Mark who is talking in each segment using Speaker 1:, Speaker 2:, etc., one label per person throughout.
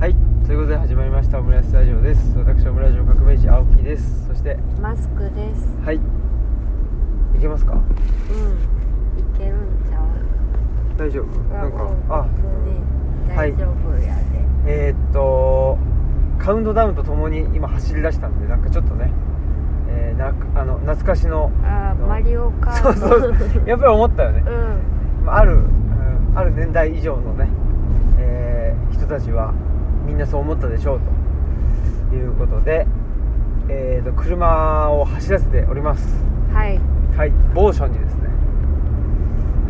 Speaker 1: はい、ということで始まりましたオムライスタジオです。私オムライスの革命児青木です。そして
Speaker 2: マスクです。
Speaker 1: はい、いけますか？
Speaker 2: うん。いけるんちゃう。
Speaker 1: 大丈夫？なんかあ、
Speaker 2: うん
Speaker 1: は
Speaker 2: 大
Speaker 1: い
Speaker 2: 丈夫やで。
Speaker 1: えー、っとカウントダウンとともに今走り出したんでなんかちょっとね、えーなあの懐かしの
Speaker 2: あー、マリオカ
Speaker 1: そ
Speaker 2: ー
Speaker 1: う
Speaker 2: ト。
Speaker 1: そうそうやっぱり思ったよね。
Speaker 2: うん。
Speaker 1: まあある、うんある年代以上のね、えー人たちはみんなそう思ったでしょうということで、えー、と車を走らせております
Speaker 2: はい。
Speaker 1: はい某所にですね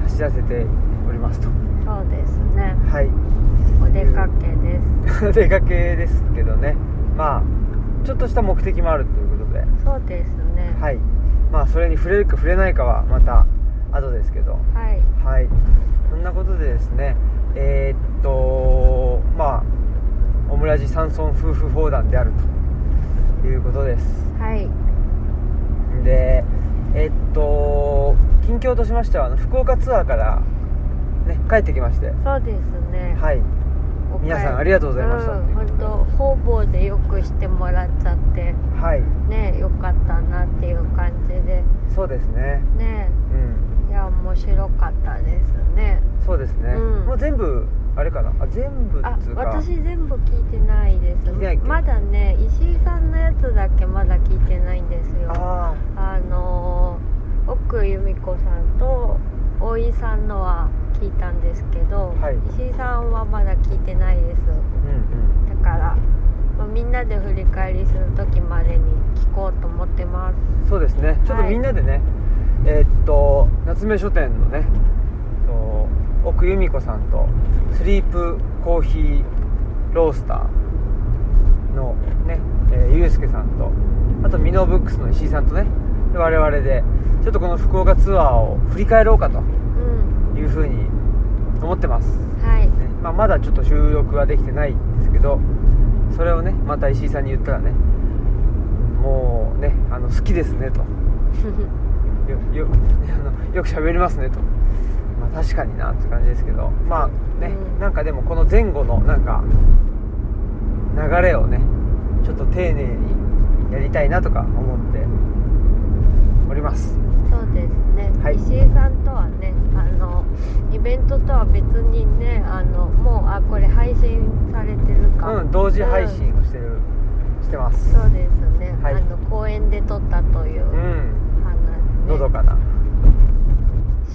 Speaker 1: 走らせておりますと
Speaker 2: そうですね。
Speaker 1: はい
Speaker 2: お出かけです。
Speaker 1: お出かけですけどねまあちょっとした目的もあるということで
Speaker 2: そうですね。
Speaker 1: はいまあそれに触れるか触れないかはまた後ですけど
Speaker 2: はい。
Speaker 1: はい、そんなことでですね、えーっと、まあ、オムラジ山村夫婦砲弾であるということです。
Speaker 2: はい。
Speaker 1: で、えーっと、近況としましては、あの福岡ツアーから、ね、帰ってきまして、
Speaker 2: そうですね。
Speaker 1: はい、
Speaker 2: お帰り
Speaker 1: 皆さんありがとうございました
Speaker 2: うん、本当方々でよくしてもらっちゃって
Speaker 1: はい、
Speaker 2: ね、よかったなっていう感じで
Speaker 1: そうですね、
Speaker 2: ね、
Speaker 1: うん、
Speaker 2: いや面白かったですね。
Speaker 1: そうですね、
Speaker 2: うん
Speaker 1: もう全部、あれかな、あ全部
Speaker 2: あ
Speaker 1: っつうか、
Speaker 2: 私全部聞いてないです
Speaker 1: 聞いてないっけ
Speaker 2: まだね石井さんのやつだけまだ聞いてないんですよあ
Speaker 1: あ
Speaker 2: のー奥由美子さんと大井さんのは聞いたんですけど、
Speaker 1: はい
Speaker 2: 石井さんはまだ聞いてないです
Speaker 1: ー、うんうん、
Speaker 2: だから、まあみんなで振り返りする時までに聞こうと思ってます
Speaker 1: そうですねちょっと
Speaker 2: はい
Speaker 1: みんなでね、えーっと夏目書店のねと奥由美子さんとスリープコーヒーロースターのね、えーゆうすけさんとあとミノブックスの石井さんとねで我々でちょっとこの福岡ツアーを振り返ろうかと
Speaker 2: うん
Speaker 1: いうふうに思ってます、ね
Speaker 2: はい
Speaker 1: まあ、まだちょっと収録はできてないんですけどそれをねまた石井さんに言ったらねもうねあの好きですねとよよあのよく喋りますねと、まあ、確かになって感じですけどまあね、
Speaker 2: うん
Speaker 1: なんかでもこの前後のなんか流れをねちょっと丁寧にやりたいなとか思っております
Speaker 2: そうですね、
Speaker 1: はい
Speaker 2: 石井さんとはねあのイベントとは別にねあのもうあこれ配信されてるか、
Speaker 1: うん同時配
Speaker 2: うん
Speaker 1: 信をしてる、してます
Speaker 2: そうですね、
Speaker 1: はい
Speaker 2: あの公園で撮ったという、
Speaker 1: う
Speaker 2: あ
Speaker 1: んの
Speaker 2: の
Speaker 1: ど
Speaker 2: ね、
Speaker 1: かな、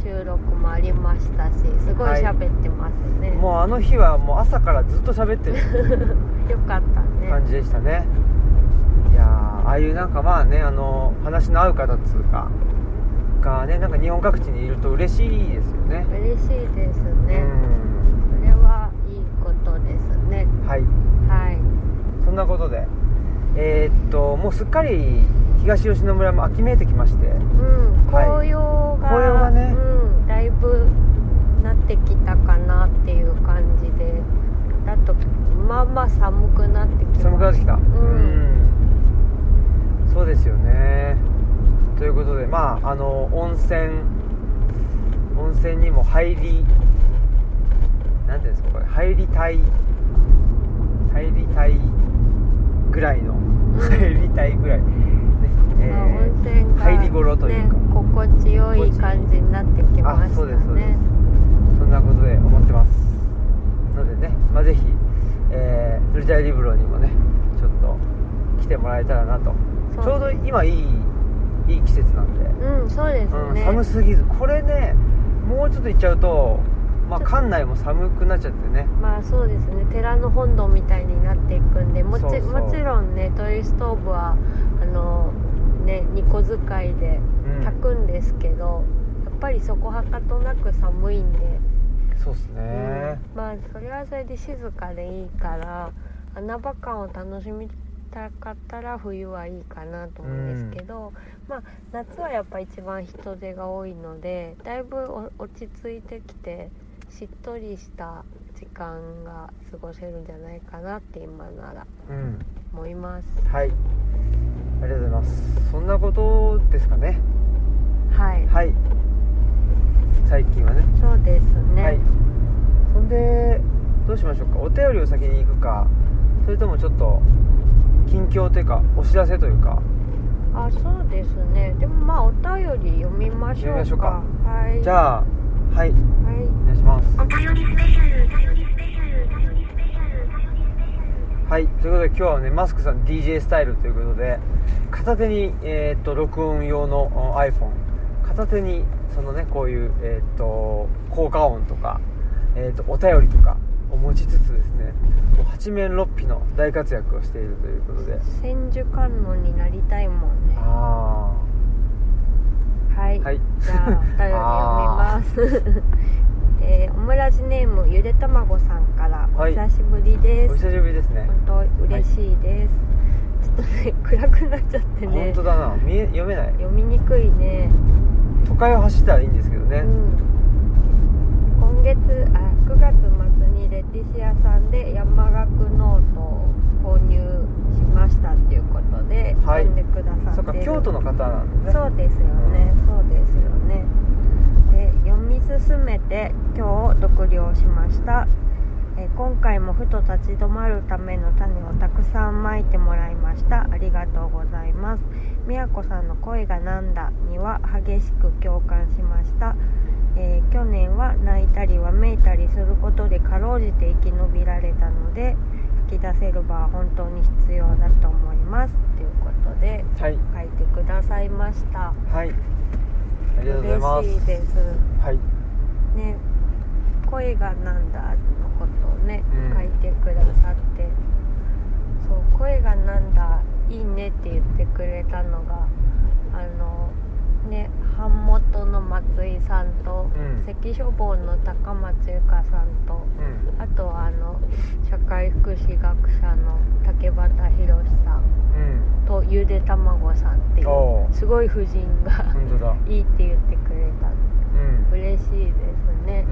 Speaker 2: 収録もありましたしすごい
Speaker 1: はい
Speaker 2: 喋ってますね、
Speaker 1: もうあの日はもう朝からずっと喋ってる
Speaker 2: よかったね
Speaker 1: 感じでしたねいやーああいうなんかまあねあの話の合う方っつうかがねなんか日本各地にいると嬉しいですよね
Speaker 2: 嬉しいです
Speaker 1: う
Speaker 2: ね、
Speaker 1: ん
Speaker 2: それはいいことですね
Speaker 1: はい
Speaker 2: はい
Speaker 1: そんなことでえーっともうすっかり東吉野村も秋めいてきまして
Speaker 2: うん
Speaker 1: はい
Speaker 2: 紅葉が,、
Speaker 1: 紅葉がね
Speaker 2: うん、だいぶなってきたかなっていう感じであとまあまあ寒くなってきま
Speaker 1: 寒くなってきたうんんそうですよねということでまああの温泉温泉にも入りなんていうんですかこれ入りたい入りたいぐらいの入りたいぐらいねえ
Speaker 2: まあ
Speaker 1: ー
Speaker 2: 温泉が、ね、
Speaker 1: 入り頃というか、
Speaker 2: 心地よい感じになってきま
Speaker 1: あ
Speaker 2: し
Speaker 1: そう
Speaker 2: た
Speaker 1: ですそうです
Speaker 2: ね
Speaker 1: そんなことで思ってますのでね、まあ、ぜひ、えー、塗りたいリブロにもねちょっと来てもらえたらなと
Speaker 2: そう
Speaker 1: ちょうど今いいいい季節なんで、
Speaker 2: うんそうですね、
Speaker 1: うん、寒すぎずこれねもうちょっと行っちゃうと、まあ、館内も寒くなっちゃってね
Speaker 2: まあそうですね寺の本堂みたいになっていくんでもち
Speaker 1: そうそう
Speaker 2: もちろんねトイストーブはあのね2個使いで
Speaker 1: うん
Speaker 2: 炊くんですけど、やっぱりそこはかとなく寒いんで、
Speaker 1: そうっすね、
Speaker 2: うんまあそれはそれで静かでいいから穴場感を楽しみたかったら冬はいいかなと思うんですけど、まあ夏はやっぱ一番人出が多いのでだいぶお落ち着いてきてしっとりした時間が過ごせるんじゃないかなって今なら
Speaker 1: うん
Speaker 2: 思います
Speaker 1: はいありがとうございますそんなことですかね
Speaker 2: はい
Speaker 1: はい最近はね
Speaker 2: そうですね、
Speaker 1: はいそんでどうしましょうかお便りを先に行くかそれともちょっと近況というかお知らせというか
Speaker 2: あそうですねでもまあお便り読みまし
Speaker 1: 読み
Speaker 2: ょうか
Speaker 1: ましょうか
Speaker 2: はい
Speaker 1: じゃあはい
Speaker 2: はい
Speaker 1: お願いします
Speaker 3: お便りスペシャル、お便りスペシャル、お便りスペシャル、お便りスペシャル。
Speaker 1: はいということで今日はねマスクさん DJ スタイルということで片手に、えーっと録音用のお iPhone 片手にそのねこういう、えーっと効果音とか、えーっとお便りとかを持ちつつですねもう八面六臂の大活躍をしているということで
Speaker 2: 千手観音になりたいもんね
Speaker 1: あ
Speaker 2: はい、
Speaker 1: あはい
Speaker 2: じゃあお便り読みます えーオムラジネームゆでたまごさんからお
Speaker 1: はい
Speaker 2: 久しぶりで
Speaker 1: お
Speaker 2: す、
Speaker 1: 久しぶりですね
Speaker 2: 本当嬉しいです、ちょっとね暗くなっちゃって
Speaker 1: 本
Speaker 2: ね
Speaker 1: 当だな見え読めない
Speaker 2: 読みにくいね
Speaker 1: 都会を走ったらいいんですけど
Speaker 2: う
Speaker 1: ね、
Speaker 2: ん今月あ9月末にレティシアさんで山岳ノートを購入しましたっていうことで
Speaker 1: はい
Speaker 2: 読んでくださってる
Speaker 1: そっか京都の方なんでね
Speaker 2: そうですよね、そうですよねで読み進めて今日読了しましたえー今回もふと立ち止まるための種をたくさんまいてもらいましたありがとうございますみやこさんの恋がなんだには激しく共感しました、えー去年は泣いたりわめいたりすることでかろうじて生き延びられたので吐き出せる場は本当に必要だと思いますということで
Speaker 1: はい
Speaker 2: 書いてくださいました。
Speaker 1: はいありがとうございます
Speaker 2: 嬉しいです。
Speaker 1: はい
Speaker 2: ね、恋がなんだのことをね、
Speaker 1: うん
Speaker 2: 書いてくださって、そう恋がなんだいいねって言ってくれたのが、あのね版元の松井さんと、
Speaker 1: うん
Speaker 2: 関書房の高松由香さんと。
Speaker 1: うん
Speaker 2: あとはあの社会福祉学者の竹端宏さん
Speaker 1: うん
Speaker 2: とゆでたまごさんっていう
Speaker 1: おー
Speaker 2: すごい夫人が
Speaker 1: 本当だ
Speaker 2: いいって言ってくれた
Speaker 1: うん
Speaker 2: 嬉しいですね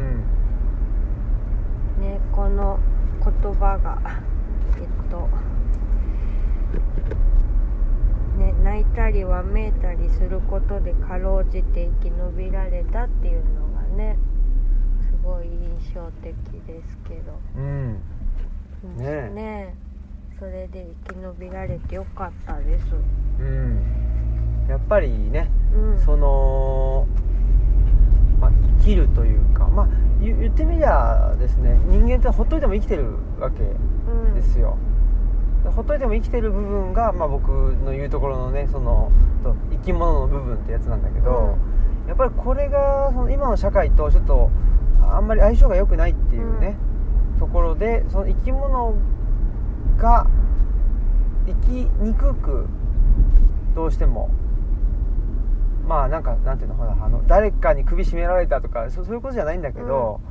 Speaker 1: う、ん
Speaker 2: ねこの言葉が えっとね泣いたりわめいたりすることでかろうじて生き延びられたっていうのがねすごい印象的ですけど
Speaker 1: うん
Speaker 2: うん
Speaker 1: ねえ
Speaker 2: ねえそれで生き延びられてよかったです
Speaker 1: うんやっぱりね、
Speaker 2: うん
Speaker 1: その、まあ、生きるというかまあ言言ってみりゃですね人間ってほっといても生きてるわけ
Speaker 2: うん
Speaker 1: ですよ、ほっといても生きてる部分が、まあ、僕の言うところのねそのと生き物の部分ってやつなんだけど、やっぱりこれがその今の社会とちょっとあんまり相性が良くないっていうね、ところでその生き物が生きにくくどうしてもまあなんかなんていうのほらあの誰かに首絞められたとかそそういうことじゃないんだけど、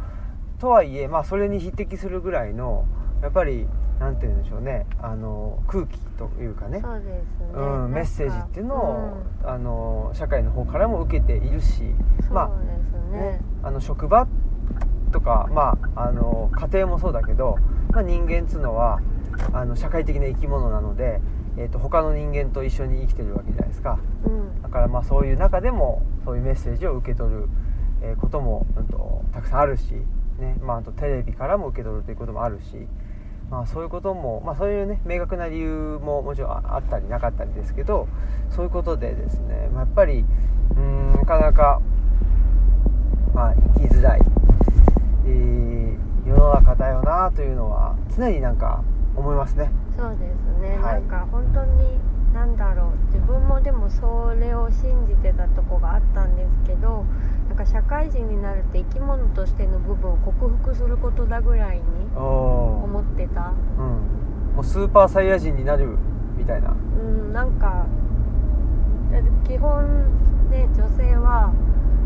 Speaker 1: とはいえ、まあ、それに匹敵するぐらいのやっぱりなんていうんでしょうねあの空気というかね
Speaker 2: そうですね、
Speaker 1: うん、メッセージっていうのを、
Speaker 2: うん
Speaker 1: あの社会の方からも受けているし、ま
Speaker 2: そうです
Speaker 1: あ、
Speaker 2: ね,、
Speaker 1: ね、あの職場とか、まあ、あの家庭もそうだけど、まあ、人間っつうのはあの社会的な生き物なので、えー、と他の人間と一緒に生きてるわけじゃないですか
Speaker 2: うん
Speaker 1: だからまあそういう中でもそういうメッセージを受け取るえーことも、うん、とたくさんあるし、ねまあ、あとテレビからも受け取るということもあるし、まあ、そういうことも、まあ、そういうね明確な理由ももちろんああったりなかったりですけどそういうことでですね、まあ、やっぱりうーんなかなか、まあ、生きづらい、えー世の中だよなというのは常になんか思いますね。
Speaker 2: そうですね、
Speaker 1: はい
Speaker 2: なんか本当に何だろう自分もでもそれを信じてたとこがあったんですけどなんか社会人になるって生き物としての部分を克服することだぐらいに
Speaker 1: おー
Speaker 2: 思ってた
Speaker 1: うん、もうスーパーサイヤ人になるみたいな。
Speaker 2: うんなんかだって基本ね女性は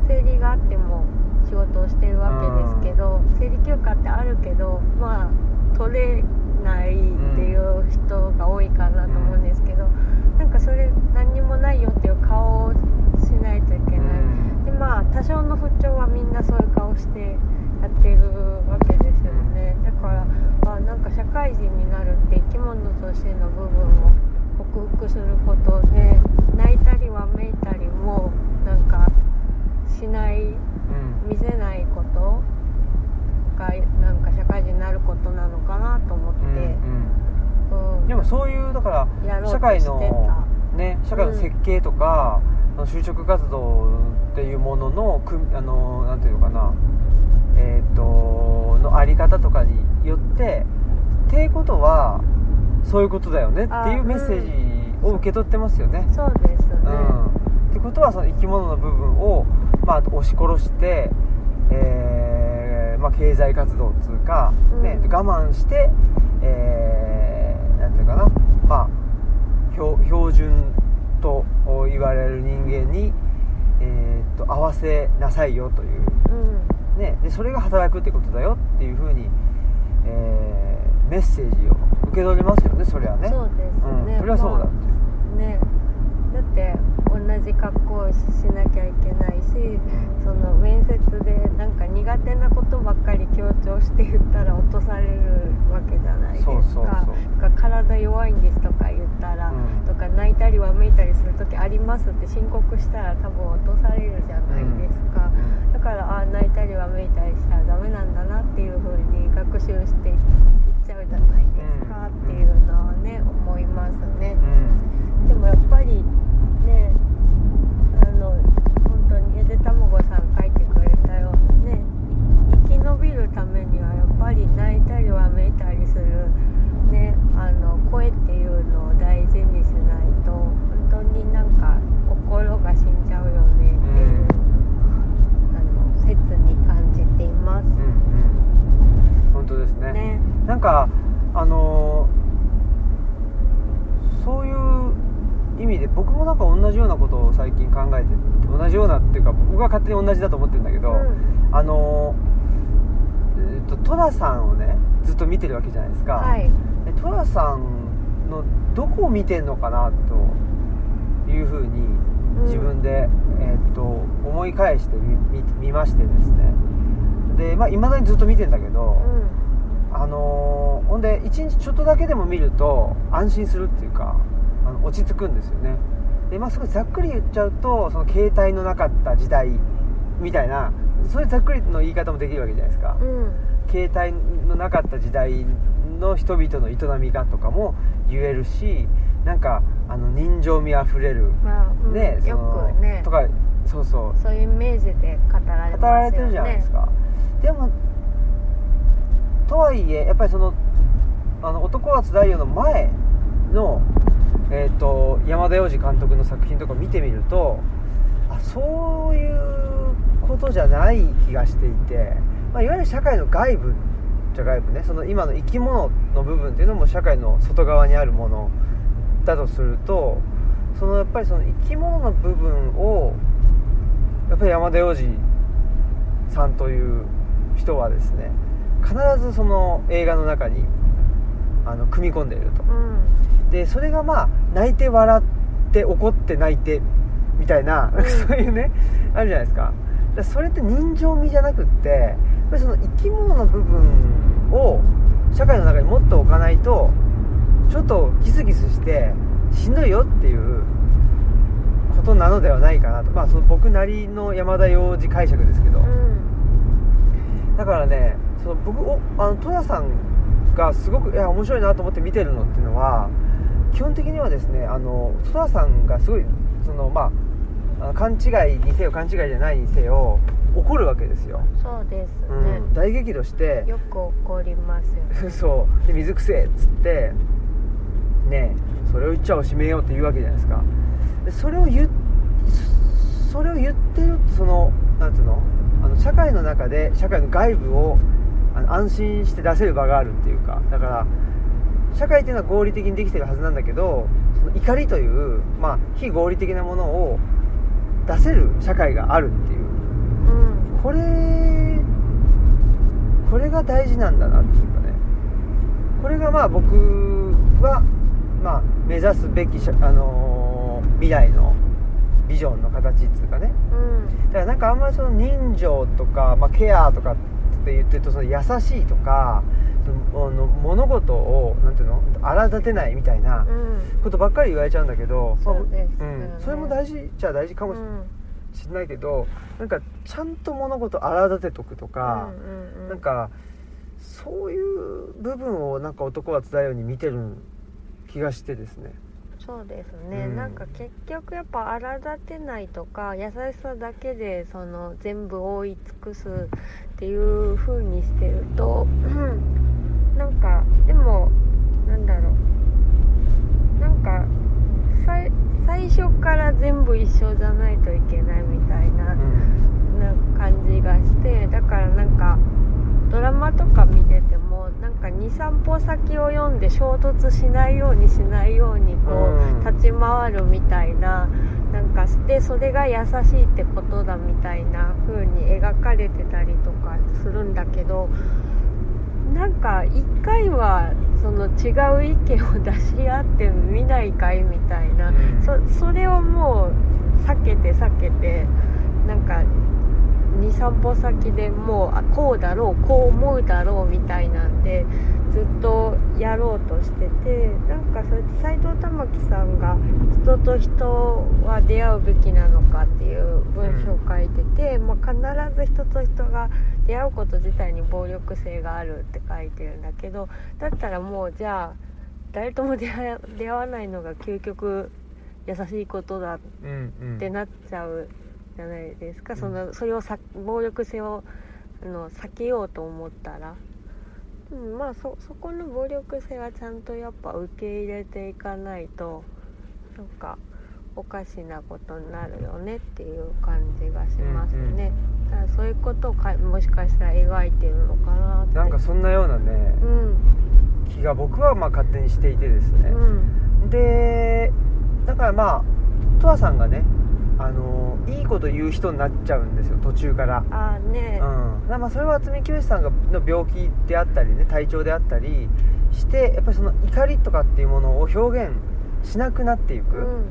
Speaker 2: 生理があっても仕事をしてるわけですけど生理休暇ってあるけどまあ取れないっていう人が多いかなと思うんですけど、なんかそれ何にもないよっていう顔をしないといけな
Speaker 1: う
Speaker 2: い、
Speaker 1: ん
Speaker 2: でまあ多少の不調はみんなそういう顔してやってるわけですよねだからあなんか社会人になるって生き物としての部分を克服することで泣いたりわめいたりもなんかしない見せな
Speaker 1: から
Speaker 2: やろうと
Speaker 1: 社会
Speaker 2: して
Speaker 1: のね社会の設計とか、あの就職活動っていうもののくあのなんていうのかなえーっ、とのあり方とかによってっていうことはそういうことだよねっていうメッセージを受け取ってますよね。
Speaker 2: たそうですね、
Speaker 1: うん、ってことはその生き物の部分を、まあ、押し殺して、えーまあ、経済活動っつうか、ね
Speaker 2: うん
Speaker 1: 我慢して、えーなんていうかな、まあ、標標準と言われる人間に、えーっと合わせなさいよという。
Speaker 2: うん
Speaker 1: ね、でそれが働くってことだよっていうふうに、えーメッセージを受け取りますよねそれはね
Speaker 2: そうですね、
Speaker 1: ん、それはそうだっていう、
Speaker 2: ねだって同じ格好をしなきゃいけないしその面接でなんか苦手なことばっかり強調して言ったら落とされるわけじゃないですか
Speaker 1: そうそうそう
Speaker 2: とか体弱いんですとか言ったら、
Speaker 1: うん
Speaker 2: とか泣いたりわめいたりする時ありますって申告したら多分落とされるじゃないですか、
Speaker 1: うん
Speaker 2: だからああ泣いたりわめいたりしたらダメなんだなっていう風に学習していっちゃうじゃないですか
Speaker 1: うん
Speaker 2: っていうのはね思いますね。
Speaker 1: うん
Speaker 2: でもやっぱりねあの本当にゆでたまごさん書いてくれたようにね生き延びるためにはやっぱり泣いたりわめいたりする、ね、あの声っていうのを大事にしないと本当になんか心が死んじゃうよねっていう、あの切に感じています
Speaker 1: うんうん本当ですね
Speaker 2: ね。
Speaker 1: なんかあのーそういう意味で僕もなんか同じようなことを最近考えて同じようなっていうか僕が勝手に同じだと思ってるんだけど、
Speaker 2: うん
Speaker 1: あのーえーと寅さんをねずっと見てるわけじゃないですか、
Speaker 2: はい、
Speaker 1: で寅さんのどこを見てんのかなというふうに
Speaker 2: うん
Speaker 1: 自分で、えーっと思い返してみ見見ましてですねでいまあ、未だにずっと見てんだけど、
Speaker 2: う
Speaker 1: あのーほんで1日ちょっとだけでも見ると安心するっていうかあの落ち着くんですよねで、まあ、すごいざっくり言っちゃうとその携帯のなかった時代みたいなそういうざっくりの言い方もできるわけじゃないですか、
Speaker 2: んうん
Speaker 1: 携帯のなかった時代の人々の営みがとかも言えるしなんかあの人情味あふれる、
Speaker 2: まあうん
Speaker 1: ねそ
Speaker 2: よ
Speaker 1: の
Speaker 2: くね
Speaker 1: とかそうそう
Speaker 2: そういうイメージで語られ
Speaker 1: 語ら
Speaker 2: ま
Speaker 1: れ
Speaker 2: す
Speaker 1: て
Speaker 2: よね。
Speaker 1: るじゃないですか、でもとはいえやっぱりそのあの男はつらいよの前の、えー、と山田洋次監督の作品とか見てみるとあそういうことじゃない気がしていて、まあ、いわゆる社会の外部じゃ外部ねその今の生き物の部分っていうのも社会の外側にあるものだとするとそのやっぱりその生き物の部分をやっぱり山田洋次さんという人はですね必ずその映画の中にあの組み込んでいると
Speaker 2: うん
Speaker 1: でそれがまあ泣いて笑って怒って泣いてみたいな、
Speaker 2: う ん
Speaker 1: そういうねあるじゃないですかだそれって人情味じゃなくってやっぱりその生き物の部分を社会の中に持っておかないとちょっとギスギスしてしんどいよっていうことなのではないかなとまあその僕なりの山田洋次解釈ですけど、
Speaker 2: うん
Speaker 1: だからねその僕おあのトヤさんがすごくいや面白いなと思って見てるのっていうのは基本的にはですねあのトヤさんがすごいそのまああの勘違いにせよ勘違いじゃないにせよ怒るわけですよ、
Speaker 2: そうですね
Speaker 1: う、ん、大激怒して
Speaker 2: よく怒りますよね
Speaker 1: そうで水くせえっつってねえそれを言っちゃおしめようって言うわけじゃないですかでそれを言っそそれを言ってるそのなんていうのあの社会の中で社会の外部をあの安心して出せる場があるっていうかだから社会っていうのは合理的にできてるはずなんだけどその怒りという、まあ、非合理的なものを出せる社会があるっていう
Speaker 2: うん
Speaker 1: これこれが大事なんだなっていうかねこれがまあ僕は、まあ、目指すべき社、あのー未来のビジョンの形っていうかね
Speaker 2: うん
Speaker 1: だからなんかあんまりその人情とか、まあ、ケアとかって言ってるとその優しいとかそのあの物事をなんていうの荒立てないみたいな
Speaker 2: うん
Speaker 1: ことばっかり言われちゃうんだけど、まあ
Speaker 2: そうです
Speaker 1: う
Speaker 2: よね
Speaker 1: ん、それも大事じゃ大事か
Speaker 2: う
Speaker 1: もしれない。
Speaker 2: ん
Speaker 1: しないけどなんかちゃんと物事荒立てとくとか、
Speaker 2: うんうん
Speaker 1: なんかそういう部分をなんか男はつだように見てる気気がしてですね
Speaker 2: そうですね、
Speaker 1: うん
Speaker 2: なんか結局やっぱ荒立てないとか優しさだけでその全部覆い尽くすっていう風にしてると、うんなんかでもなんだろうなんかさい最初から全部一緒じゃないといけないみたいな,、
Speaker 1: うん
Speaker 2: な感じがしてだからなんかドラマとか見ててもなんか23歩先を読んで衝突しないようにしないようにこう。
Speaker 1: うん
Speaker 2: 立ち回るみたいななんかしてそれが優しいってことだみたいな風に描かれてたりとかするんだけどなんか一回はその違う意見を出し合ってみないかいみたいな
Speaker 1: うん
Speaker 2: そそれをもう避けて避けてなんか23歩先でもうあこうだろうこう思うだろうみたいなんでずっとやろうとしててなんかそれって斎藤玉樹さんが「人と人は出会うべきなのか」っていう文章を書いてて、まあ、必ず人と人が出会うこと自体に暴力性があるって書いてるんだけどだったらもうじゃあ誰とも出会え出会わないのが究極優しいことだ
Speaker 1: うんうん
Speaker 2: ってなっちゃうじゃないですか、
Speaker 1: うん
Speaker 2: そのそれをさ暴力性をあの避けようと思ったら、うん、まあそそこの暴力性はちゃんとやっぱ受け入れていかないとなんかおかしなことになるよねっていう感じがしますね、だからそういうことをかもしかしたら描いてるのかなって
Speaker 1: なんかそんなようなね
Speaker 2: うん
Speaker 1: 気が僕はまあ勝手にしていてですね
Speaker 2: う、ん
Speaker 1: でだからまあとわさんがねあのいいこと言う人になっちゃうんですよ途中から
Speaker 2: ああね
Speaker 1: うん、まあそれは渥美清さんがの病気であったりね体調であったりしてやっぱりその怒りとかっていうものを表現しなくなっていうく
Speaker 2: ん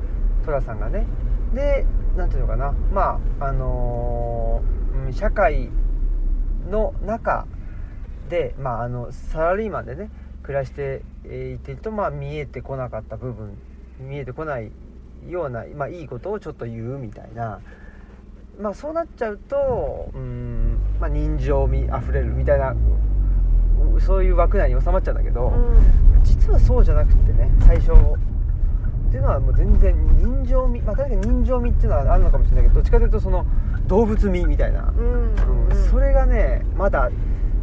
Speaker 1: 寅、さんがねで何ていうのかなまああのーうん社会の中で、まあ、あのサラリーマンでね暮らしてえーいてると、まあ、見えてこなかった部分見えてこないような、まあ、いいことをちょっと言うみたいな、まあ、そうなっちゃうとうん、まあ、人情味あふれるみたいなうんそういう枠内に収まっちゃうんだけど、
Speaker 2: うん
Speaker 1: 実はそうじゃなくってね最初っていうのはもう全然人情味まあ確かに人情味っていうのはあるのかもしれないけどどっちかというとその動物味みたいな。
Speaker 2: うん
Speaker 1: うん
Speaker 2: うん
Speaker 1: それがねまだ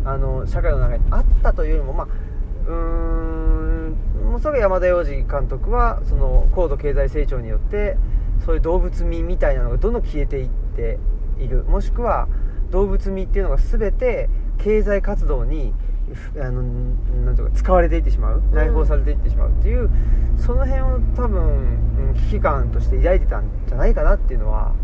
Speaker 1: あの社会の中にあったというよりもまあうーんもうすぐ山田洋次監督はその高度経済成長によってそういう動物味みたいなのがどんどん消えていっているもしくは動物味っていうのが全て経済活動にふあのなんとか使われていってしまう内包されていってしまうっていう、その辺を多分うん危機感として抱いてたんじゃないかなっていうのは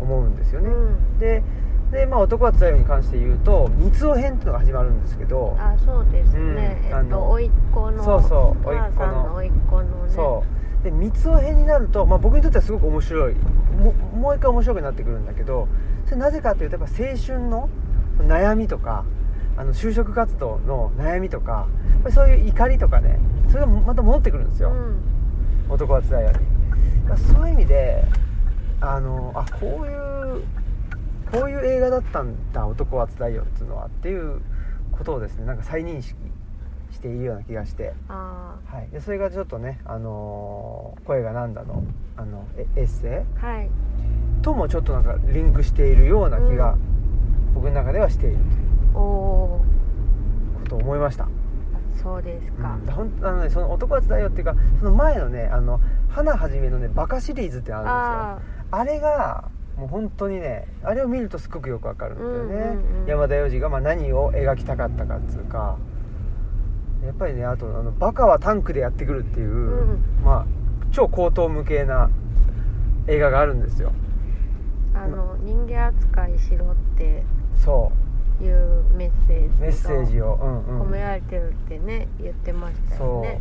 Speaker 1: 思うんですよね。
Speaker 2: うん
Speaker 1: でで、まあ、男はつらいよに関して言うと三つ編っていうのが始まるんですけど
Speaker 2: あそうですね、
Speaker 1: うん
Speaker 2: え
Speaker 1: あ
Speaker 2: っと
Speaker 1: の
Speaker 2: 甥いっ子の
Speaker 1: そうそう甥
Speaker 2: お
Speaker 1: っ子
Speaker 2: 母さんの
Speaker 1: の
Speaker 2: 甥いっ子のね
Speaker 1: そうで三つ編になると、まあ、僕にとってはすごく面白いももう一回面白くなってくるんだけどそれなぜかというとやっぱ青春の悩みとかあの就職活動の悩みとかやっぱりそういう怒りとかねそれがまた戻ってくるんですよ、
Speaker 2: ん、
Speaker 1: 男はつらいよにだからそういう意味であのあこういうこういう映画だったんだ男はつらいよっていうのはっていうことをですねなんか再認識しているような気がして、
Speaker 2: あ
Speaker 1: はい、でそれがちょっとね「あのー声がなんだの」あのエエッセ
Speaker 2: ーはい
Speaker 1: イともちょっとなんかリンクしているような気が、僕の中ではしている
Speaker 2: おお
Speaker 1: ということを思いました。
Speaker 2: ーそうですか、
Speaker 1: うん、ほんあのねその男はつらいよっていうかその前のねあの花はじめのねバカシリーズってあるんですよ。
Speaker 2: あ
Speaker 1: あれがもう本当にねあれを見るとすごくよくわかるんだよね、
Speaker 2: うんうんうん
Speaker 1: 山田洋次がまあ何を描きたかったかっつうかやっぱりねあとあの「バカはタンクでやってくる」っていう、
Speaker 2: ーうん
Speaker 1: まあ超高等無形な映画があるんですよ
Speaker 2: あの人間扱いしろって
Speaker 1: そ
Speaker 2: いうメッセージ
Speaker 1: うメッセージ
Speaker 2: を
Speaker 1: を、うんう
Speaker 2: 込
Speaker 1: ん
Speaker 2: められてるってね言ってましたよ
Speaker 1: そ
Speaker 2: ね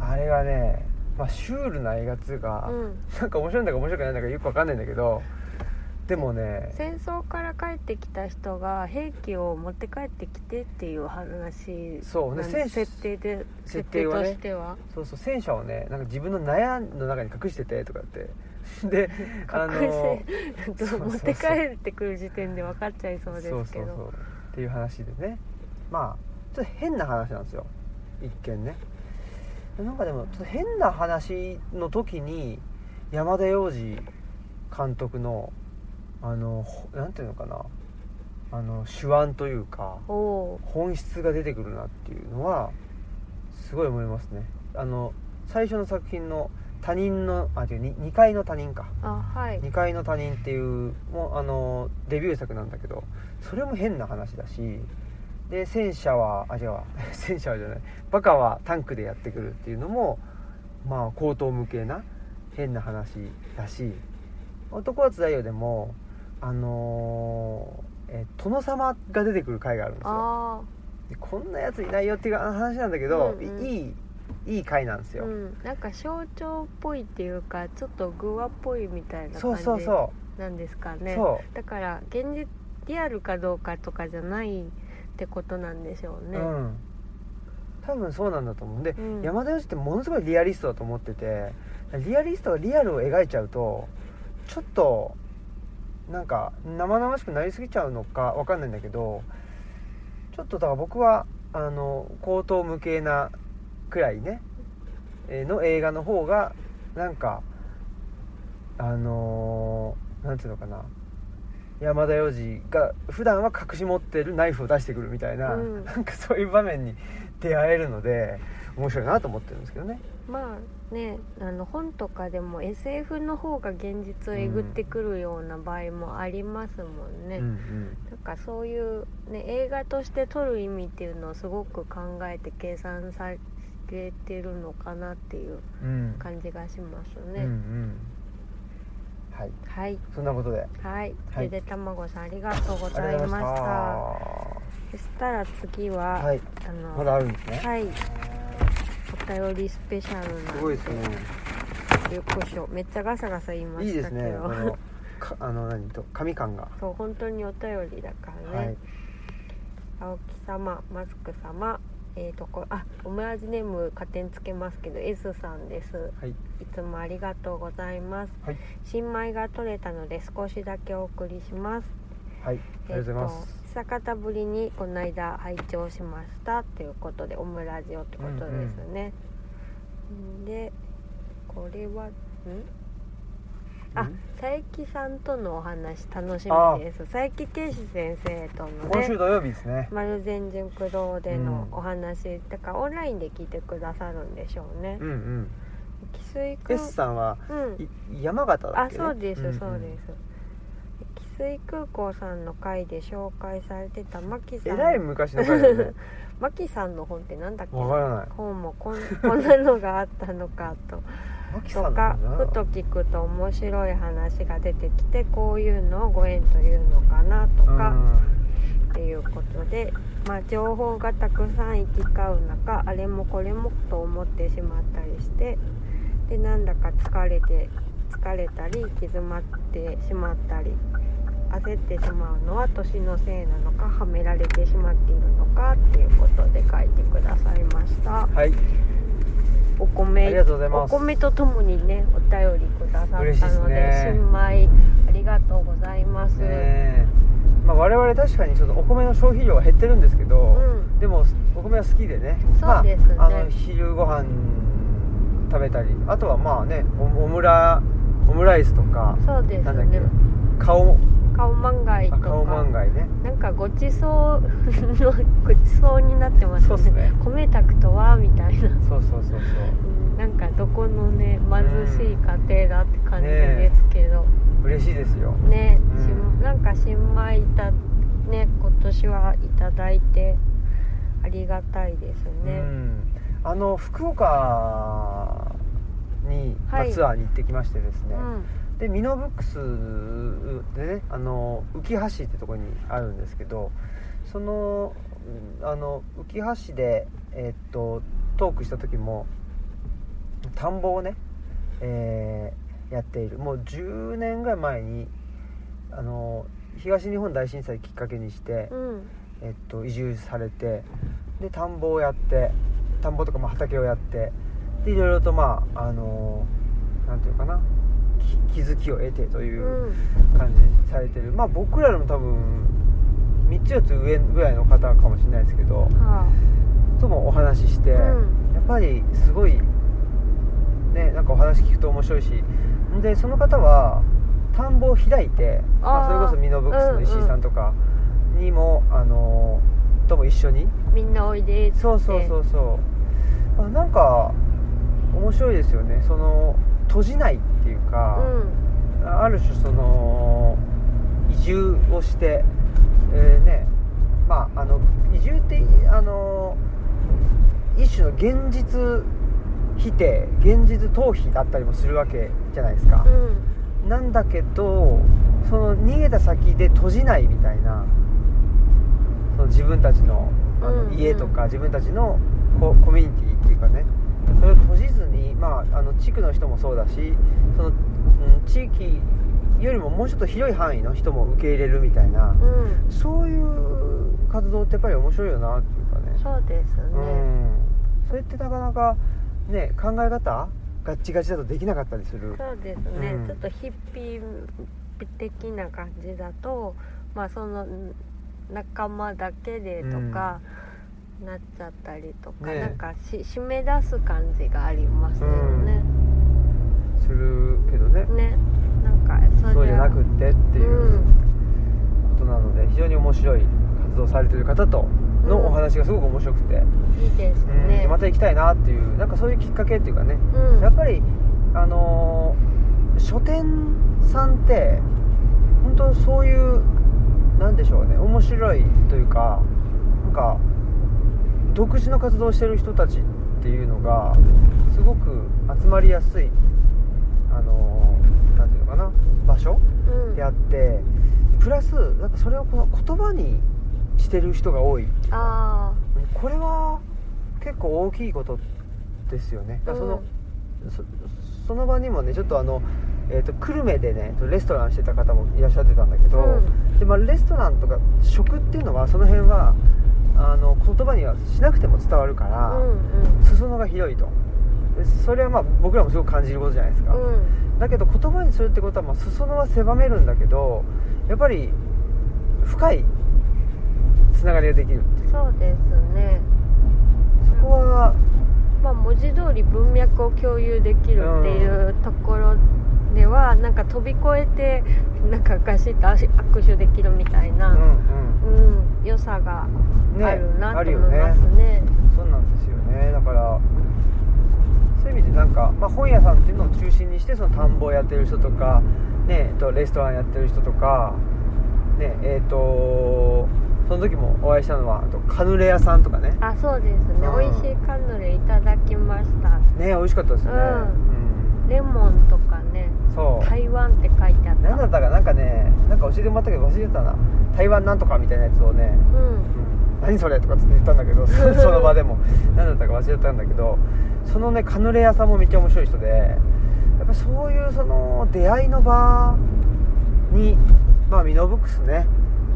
Speaker 1: うあれがね、まあ、シュールな映画っつうか、
Speaker 2: うん、
Speaker 1: なんか面白いんだか面白くないんだかよくわかんないんだけどでもね
Speaker 2: 戦争から帰ってきた人が兵器を持って帰ってきてっていう話
Speaker 1: そうね
Speaker 2: なん
Speaker 1: 戦
Speaker 2: 設定で設
Speaker 1: 設
Speaker 2: 定
Speaker 1: 定は
Speaker 2: と
Speaker 1: ね
Speaker 2: しては
Speaker 1: そうそう戦車をねなんか自分の納屋の中に隠しててとか言 ってで あ
Speaker 2: 隠
Speaker 1: の
Speaker 2: せ、
Speaker 1: そうそうそう
Speaker 2: 持って帰ってくる時点で分かっちゃいそうですけど
Speaker 1: うっていう話でねまあちょっと変な話なんですよ一見ねなんかでもちょっと変な話の時に山田洋次監督のあのほなんていうのかなあの手腕というか
Speaker 2: おお
Speaker 1: 本質が出てくるなっていうのはすごい思いますねあの最初の作品の「他人の」あ違うに2階の他人か
Speaker 2: ーあはい
Speaker 1: 2階の他人っていうもうあのデビュー作なんだけどそれも変な話だしで戦車はあ違うわ 戦車はじゃないバカはタンクでやってくるっていうのもまあ高等無形な変な話だし男はつだよでもあのーえ殿様が出てくる回があるんですよ
Speaker 2: あ
Speaker 1: でこんなやついないよっていう話なんだけど、
Speaker 2: うんうん
Speaker 1: いいいい回なんです
Speaker 2: あ
Speaker 1: よ、
Speaker 2: うんなんか象徴っぽいっていうかちょっとグワっぽいみたいな
Speaker 1: そう
Speaker 2: 感
Speaker 1: そう
Speaker 2: じ
Speaker 1: そ
Speaker 2: なんですか
Speaker 1: う、
Speaker 2: ね
Speaker 1: そう
Speaker 2: だから現実リアルかどうかとかじゃないってことなんでしょうね、
Speaker 1: うん、多分そうなんだと思うんで、
Speaker 2: うん
Speaker 1: 山田洋次ってものすごいリアリストだと思っててリアリストがリアルを描いちゃうとちょっとなんか生々しくなりすぎちゃうのかわかんないんだけどちょっとだから僕はあの高等無形なくらいねえーの映画の方がなんかあのーなんていうのかな山田洋次が普段は隠し持ってるナイフを出してくるみたいな、
Speaker 2: うん
Speaker 1: なんかそういう場面に出会えるので面白いなと思ってるんですけどね。
Speaker 2: まあねあの本とかでも SF の方が現実をえぐってくるような場合もありますもんね、
Speaker 1: うんうん
Speaker 2: なんかそういう、ね、映画として撮る意味っていうのをすごく考えて計算されてるのかなっていう
Speaker 1: うん
Speaker 2: 感じがしますね、
Speaker 1: うんうんはい
Speaker 2: はい
Speaker 1: そんなことで
Speaker 2: はい、
Speaker 1: はい
Speaker 2: ゆでたまごさんありがとうご
Speaker 1: あ
Speaker 2: ざい
Speaker 1: りがとうござ
Speaker 2: まし
Speaker 1: いました
Speaker 2: そしたら次は、
Speaker 1: たはい
Speaker 2: あの
Speaker 1: まだあるんですね
Speaker 2: はい。お便りスペシャルな。
Speaker 1: すごいですね
Speaker 2: よっこしょ。めっちゃガサガサ言いま
Speaker 1: いい
Speaker 2: し
Speaker 1: で
Speaker 2: た
Speaker 1: す
Speaker 2: けど。
Speaker 1: ねこのか あの何と紙感が
Speaker 2: そう、本当にお便りだからね。
Speaker 1: はい
Speaker 2: 青木様、マスク様。えー、とこあオムラジネーム加点つけますけど S さんです
Speaker 1: はい
Speaker 2: いつもありがとうございます、
Speaker 1: はい
Speaker 2: 新米が取れたので少しだけお送りします
Speaker 1: はいありがとうございます
Speaker 2: えっと久方ぶりにこの間拝聴しましたということでオムラジオってことですね、でこれはんあ
Speaker 1: うん
Speaker 2: 佐伯さんとのお話楽し
Speaker 1: あ
Speaker 2: みです佐伯圭史先生との
Speaker 1: 今週
Speaker 2: ね
Speaker 1: 土曜日ですね
Speaker 2: 丸善純駆動での
Speaker 1: うん
Speaker 2: お話、だからオンラインで聞いてくださるんでしょうね
Speaker 1: うんうん
Speaker 2: 紀水くん
Speaker 1: S さんは
Speaker 2: うん
Speaker 1: い山形だっ
Speaker 2: あ
Speaker 1: け、ね、
Speaker 2: そうです、
Speaker 1: んん
Speaker 2: そうです汽水空港さんの回で紹介されてたマキさ
Speaker 1: え
Speaker 2: ん
Speaker 1: らい昔の回だ ね
Speaker 2: マキさんの本ってなんだっけ
Speaker 1: わからない
Speaker 2: 本もこん こんなのがあったのかと
Speaker 1: マキさ
Speaker 2: と
Speaker 1: んの
Speaker 2: か
Speaker 1: な
Speaker 2: ふと聞くと面白い話が出てきてこういうのをご縁というのかなとかっていうことで、まあ、情報がたくさん行き交う中あれもこれもと思ってしまったりしてでなんだか疲れて疲れたり行き詰まってしまったり焦ってしまうのは年のせいなのかはめられてしまっているのかっていうことで書いてくださいました
Speaker 1: うんはい
Speaker 2: お
Speaker 1: あり
Speaker 2: 米
Speaker 1: がとうござい
Speaker 2: お
Speaker 1: ます
Speaker 2: 米とともにねお便りくださっ
Speaker 1: 嬉しい
Speaker 2: た
Speaker 1: っす
Speaker 2: ので
Speaker 1: ね
Speaker 2: 新米ありがとうございます、
Speaker 1: ねえまあ、我々確かにちょっとお米の消費量は減ってるんですけど、
Speaker 2: うん
Speaker 1: でもお米は好きでね
Speaker 2: そうですね
Speaker 1: まあ、あの昼ご飯食べたりあとはまあねオオムラオムライスとか
Speaker 2: そうです
Speaker 1: なんだっけ
Speaker 2: ね
Speaker 1: 顔
Speaker 2: 顔漫画と
Speaker 1: あ
Speaker 2: か
Speaker 1: 顔漫画ね
Speaker 2: なんかごちそう のごちそうになってます
Speaker 1: そうっす
Speaker 2: ね
Speaker 1: ね
Speaker 2: 米炊くとはみたいな
Speaker 1: そうそうそうそ
Speaker 2: うんなんかどこのね貧しい家庭だって感じですけど
Speaker 1: う嬉しいですよ
Speaker 2: ね
Speaker 1: うん
Speaker 2: しなんか新米いたね今年はいただいてありがたいです
Speaker 1: う
Speaker 2: ね、
Speaker 1: んあの福岡に、まあ
Speaker 2: はい
Speaker 1: ツアーに行ってきましてです
Speaker 2: う
Speaker 1: ね、
Speaker 2: ん
Speaker 1: でミノブックスでねあの浮橋ってとこにあるんですけどそのうんあの浮橋で、えっとトークした時も田んぼをね、えーやっているもう10年ぐらい前にあの東日本大震災きっかけにして、
Speaker 2: うん
Speaker 1: えっと、移住されてで田んぼをやって田んぼとかまあ畑をやってでいろいろとまああのなんていうかなき気づきを得てといううん感じにされてる、まあ僕らよりも多分3つ4つ上ぐらいの方かもしれないですけど
Speaker 2: は
Speaker 1: ともお話しして、
Speaker 2: うん
Speaker 1: やっぱりすごいねなんかお話聞くと面白いしでその方は田んぼを開いてまあ、
Speaker 2: あー
Speaker 1: それこそミノブックスの石井さんとかにも、あのとも一緒に
Speaker 2: みんなおいでっつって
Speaker 1: そうそうそうそうあなんか面白いですよねその閉じないっていうか、
Speaker 2: うん
Speaker 1: ある種その移住をして、えーねまああの移住ってあの一種の現実否定現実逃避だったりもするわけじゃないですか
Speaker 2: う、ん
Speaker 1: なんだけどその逃げた先で閉じないみたいなその自分たちのあの
Speaker 2: うんうん
Speaker 1: 家とか自分たちのココミュニティっていうかねそれを閉じずに、まあ、あの地区の人もそうだしその、うん、地域よりももうちょっと広い範囲の人も受け入れるみたいな
Speaker 2: うん
Speaker 1: そういう活動ってやっぱり面白いよなっていうかね。
Speaker 2: そうですね、
Speaker 1: うんそれってなかなかね考え方ガッチガチだとできなかったりする。
Speaker 2: そうですね、
Speaker 1: うん
Speaker 2: ちょっとヒッピー的な感じだとまあそのん仲間だけでとか、なっちゃったりとか、
Speaker 1: ねえ
Speaker 2: なんかし締め出す感じがありますよね、
Speaker 1: するけどね
Speaker 2: ねなんかそれは
Speaker 1: そうじゃなくってっていううんことなので、非常に面白い活動されてる方との
Speaker 2: うん
Speaker 1: お話がすごく面白くて、
Speaker 2: いいです
Speaker 1: うん
Speaker 2: ね、
Speaker 1: また行きたいなっていうなんかそういうきっかけっていうかね、
Speaker 2: うん
Speaker 1: やっぱりあのー書店さんって本当そういうなんでしょうね面白いというかなんか独自の活動をしてる人たちっていうのがすごく集まりやすいあのーなんていうのかな場所
Speaker 2: うん
Speaker 1: であってプラスなんかそれをこの言葉にしてる人が多いっていうか
Speaker 2: あ
Speaker 1: これは結構大きいことですよねだからその、そその場にもねちょっとあの、えー、と久留米でねレストランしてた方もいらっしゃってたんだけ
Speaker 2: あ
Speaker 1: ど、
Speaker 2: うん
Speaker 1: でまあ、レストランとか食っていうのはその辺はあの言葉にはしなくても伝わるから、
Speaker 2: うん
Speaker 1: 裾野が広いとでそれはまあ僕らもすごく感じることじゃないですか、
Speaker 2: うんうん
Speaker 1: だけど言葉にするってことはまあ裾野は狭めるんだけどやっぱり深いつながりができるっていう
Speaker 2: そうですね
Speaker 1: そこは
Speaker 2: まあ、文字通り文脈を共有できるっていうところでは、なんか飛び越えてなんかガシッと握手できるみたいな、
Speaker 1: ん
Speaker 2: うん良さが
Speaker 1: ね
Speaker 2: あるな
Speaker 1: あ
Speaker 2: と
Speaker 1: る
Speaker 2: 思
Speaker 1: よ
Speaker 2: いま
Speaker 1: ね
Speaker 2: すね。
Speaker 1: そうなんですよねだからそういう意味でなんか、まあ、本屋さんっていうのを中心にしてその田んぼをやってる人とか、ねえっと、レストランやってる人とか、ねえっとその時もお会いしたのはあとカヌレ屋さんとかね
Speaker 2: あそうですね、
Speaker 1: うん
Speaker 2: 美味しいカヌレいただきました
Speaker 1: ね美味しかったですよね、うん
Speaker 2: レモンとかね
Speaker 1: そう
Speaker 2: 台湾って書いてあった
Speaker 1: 何だったかなんかねなんか教えてもらったけど忘れてたな台湾なんとかみたいなやつをね、
Speaker 2: うん
Speaker 1: 何それとかつって言ったんだけ どそその場でも何だったか忘れてたんだけどそのねカヌレ屋さんもめっちゃ面白い人でやっぱそういうその出会いの場にまあミノブックスね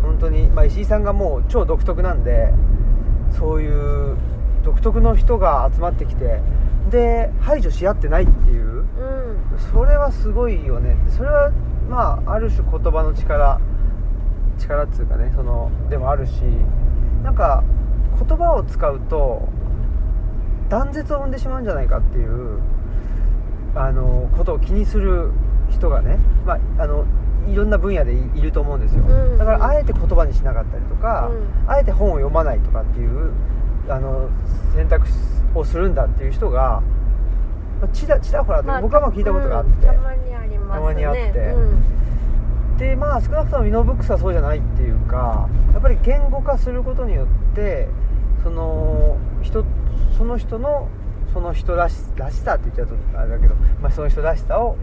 Speaker 1: 本当にまあ石井さんがもう超独特なんでそういう独特の人が集まってきてで排除し合ってないっていう
Speaker 2: うん
Speaker 1: それはすごいよねそれはまあある種言葉の力力っつうかねそのでもあるしなんか言葉を使うと断絶を生んでしまうんじゃないかっていうあのことを気にする人がね、まあ、あのいろんな分野でいいると思うんですよ、
Speaker 2: うんうん
Speaker 1: だからあえて言葉にしなかったりとか、
Speaker 2: う
Speaker 1: あえて本を読まないとかっていうあの選択をするんだっていう人がまあちらちらほらと、
Speaker 2: まあ
Speaker 1: 僕はまあ聞いたことがあって、
Speaker 2: うんたまにありますね
Speaker 1: たまにあって
Speaker 2: うん
Speaker 1: でまあ少なくともミノブックスはそうじゃないっていうかやっぱり言語化することによってその人その人のその人らしらしさって言っちゃうとあれだけど、まあ、その人らしさを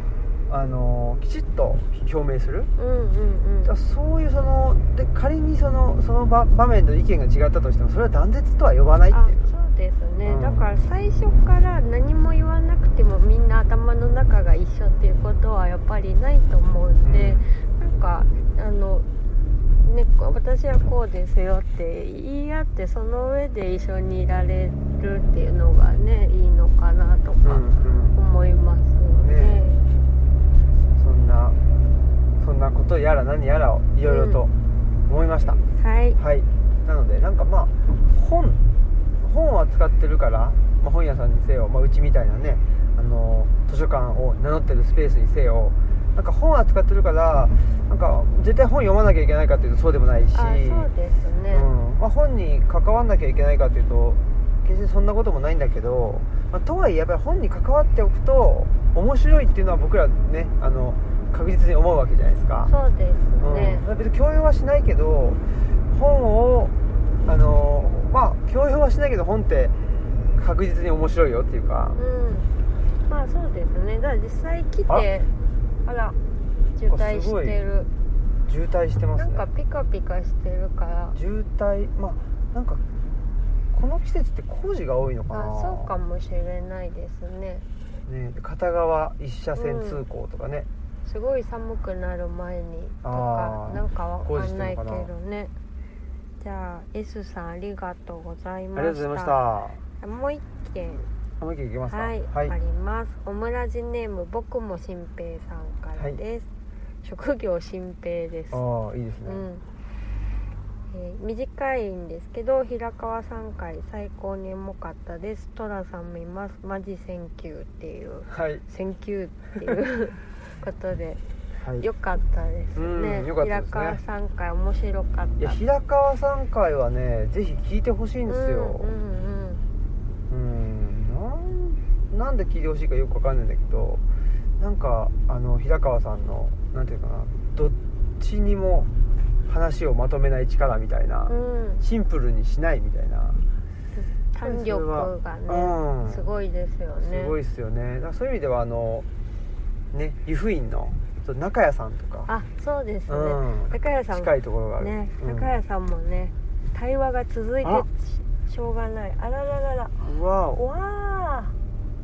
Speaker 1: あのきちっと表明する
Speaker 2: うんうんうん
Speaker 1: だからそういうそので仮にそのその場場面で意見が違ったとしてもそれは断絶とは呼ばない
Speaker 2: あ
Speaker 1: っていう
Speaker 2: そうですね、
Speaker 1: うん
Speaker 2: だから最初から何も言わなくてもみんな頭の中が一緒っていうことはやっぱりないと思うんで、なんかあの、ね、こう私はこうですよって言い合ってその上で一緒にいられるっていうのがねいいのかなと
Speaker 1: うん、う
Speaker 2: か
Speaker 1: ん
Speaker 2: 思いますので、
Speaker 1: ねそんなそんなことやら何やらをいろいろと思いました、
Speaker 2: はい
Speaker 1: はいなのでなんかまあ本本は使ってるから、まあ、本屋さんにせよ、まあ、うちみたいなねあの図書館を名乗ってるスペースにせよなんか本扱ってるからなんか絶対本読まなきゃいけないかっていうとそうでもないし
Speaker 2: あそうですね、
Speaker 1: うんまあ、本に関わんなきゃいけないかというと決してそんなこともないんだけど、まあ、とはいえやっぱり本に関わっておくと面白いっていうのは僕らねあの確実に思うわけじゃないですか
Speaker 2: そうですね、
Speaker 1: うん、別に強要はしないけど本をあのまあ強要はしないけど本って確実に面白いよっていうか
Speaker 2: うん、まあそうですねだから実際来てあら渋滞してる
Speaker 1: 渋滞してます
Speaker 2: な
Speaker 1: ね
Speaker 2: んかピカピカしてるから
Speaker 1: 渋滞まあなんかこの季節って工事が多いのかな
Speaker 2: あそうかもしれないですね
Speaker 1: ね、片側一車線通行とかね、
Speaker 2: すごい寒くなる前にと
Speaker 1: あ
Speaker 2: か
Speaker 1: ー
Speaker 2: なんかわ
Speaker 1: 工
Speaker 2: か
Speaker 1: 事し
Speaker 2: ん
Speaker 1: て
Speaker 2: なんい
Speaker 1: の
Speaker 2: け
Speaker 1: かな
Speaker 2: どねじゃあ S さんありがとうございま
Speaker 1: ありが
Speaker 2: した
Speaker 1: とうございました
Speaker 2: もう一件
Speaker 1: 浜木行きますか
Speaker 2: はい、
Speaker 1: はい
Speaker 2: ありますオムラジネーム僕も新平さんからです、職業新平です
Speaker 1: ああいいですね、
Speaker 2: うんえー短いんですけど平川さん回最高にエモかったです寅さんもいますマジセンキューっていう
Speaker 1: はい
Speaker 2: センキューっていう ことで
Speaker 1: はい
Speaker 2: 良かったですね
Speaker 1: うん良かった
Speaker 2: 平
Speaker 1: ですね
Speaker 2: 川さん回面白かった
Speaker 1: いや平川さん会はねぜひ聞いてほしいんですよ
Speaker 2: うんうんうん
Speaker 1: うんなんなんで聞いてほしいかよくわかんないんだけどなんかあの平川さんのなんていうかなどっちにも話をまとめない力みたいな、
Speaker 2: うん、
Speaker 1: シンプルにしないみたいな、
Speaker 2: 弾力がね、
Speaker 1: うん
Speaker 2: すごいですよね
Speaker 1: すごいですよねだからそういう意味ではあのね湯布院のちょっと中屋さんとか、
Speaker 2: あそうです
Speaker 1: う
Speaker 2: ね、
Speaker 1: ん、
Speaker 2: 高谷さん
Speaker 1: 近いところがある
Speaker 2: ね
Speaker 1: うん
Speaker 2: 高谷さんもね対話が続いて
Speaker 1: あ
Speaker 2: ししょうがないあらららら
Speaker 1: うわお
Speaker 2: わあ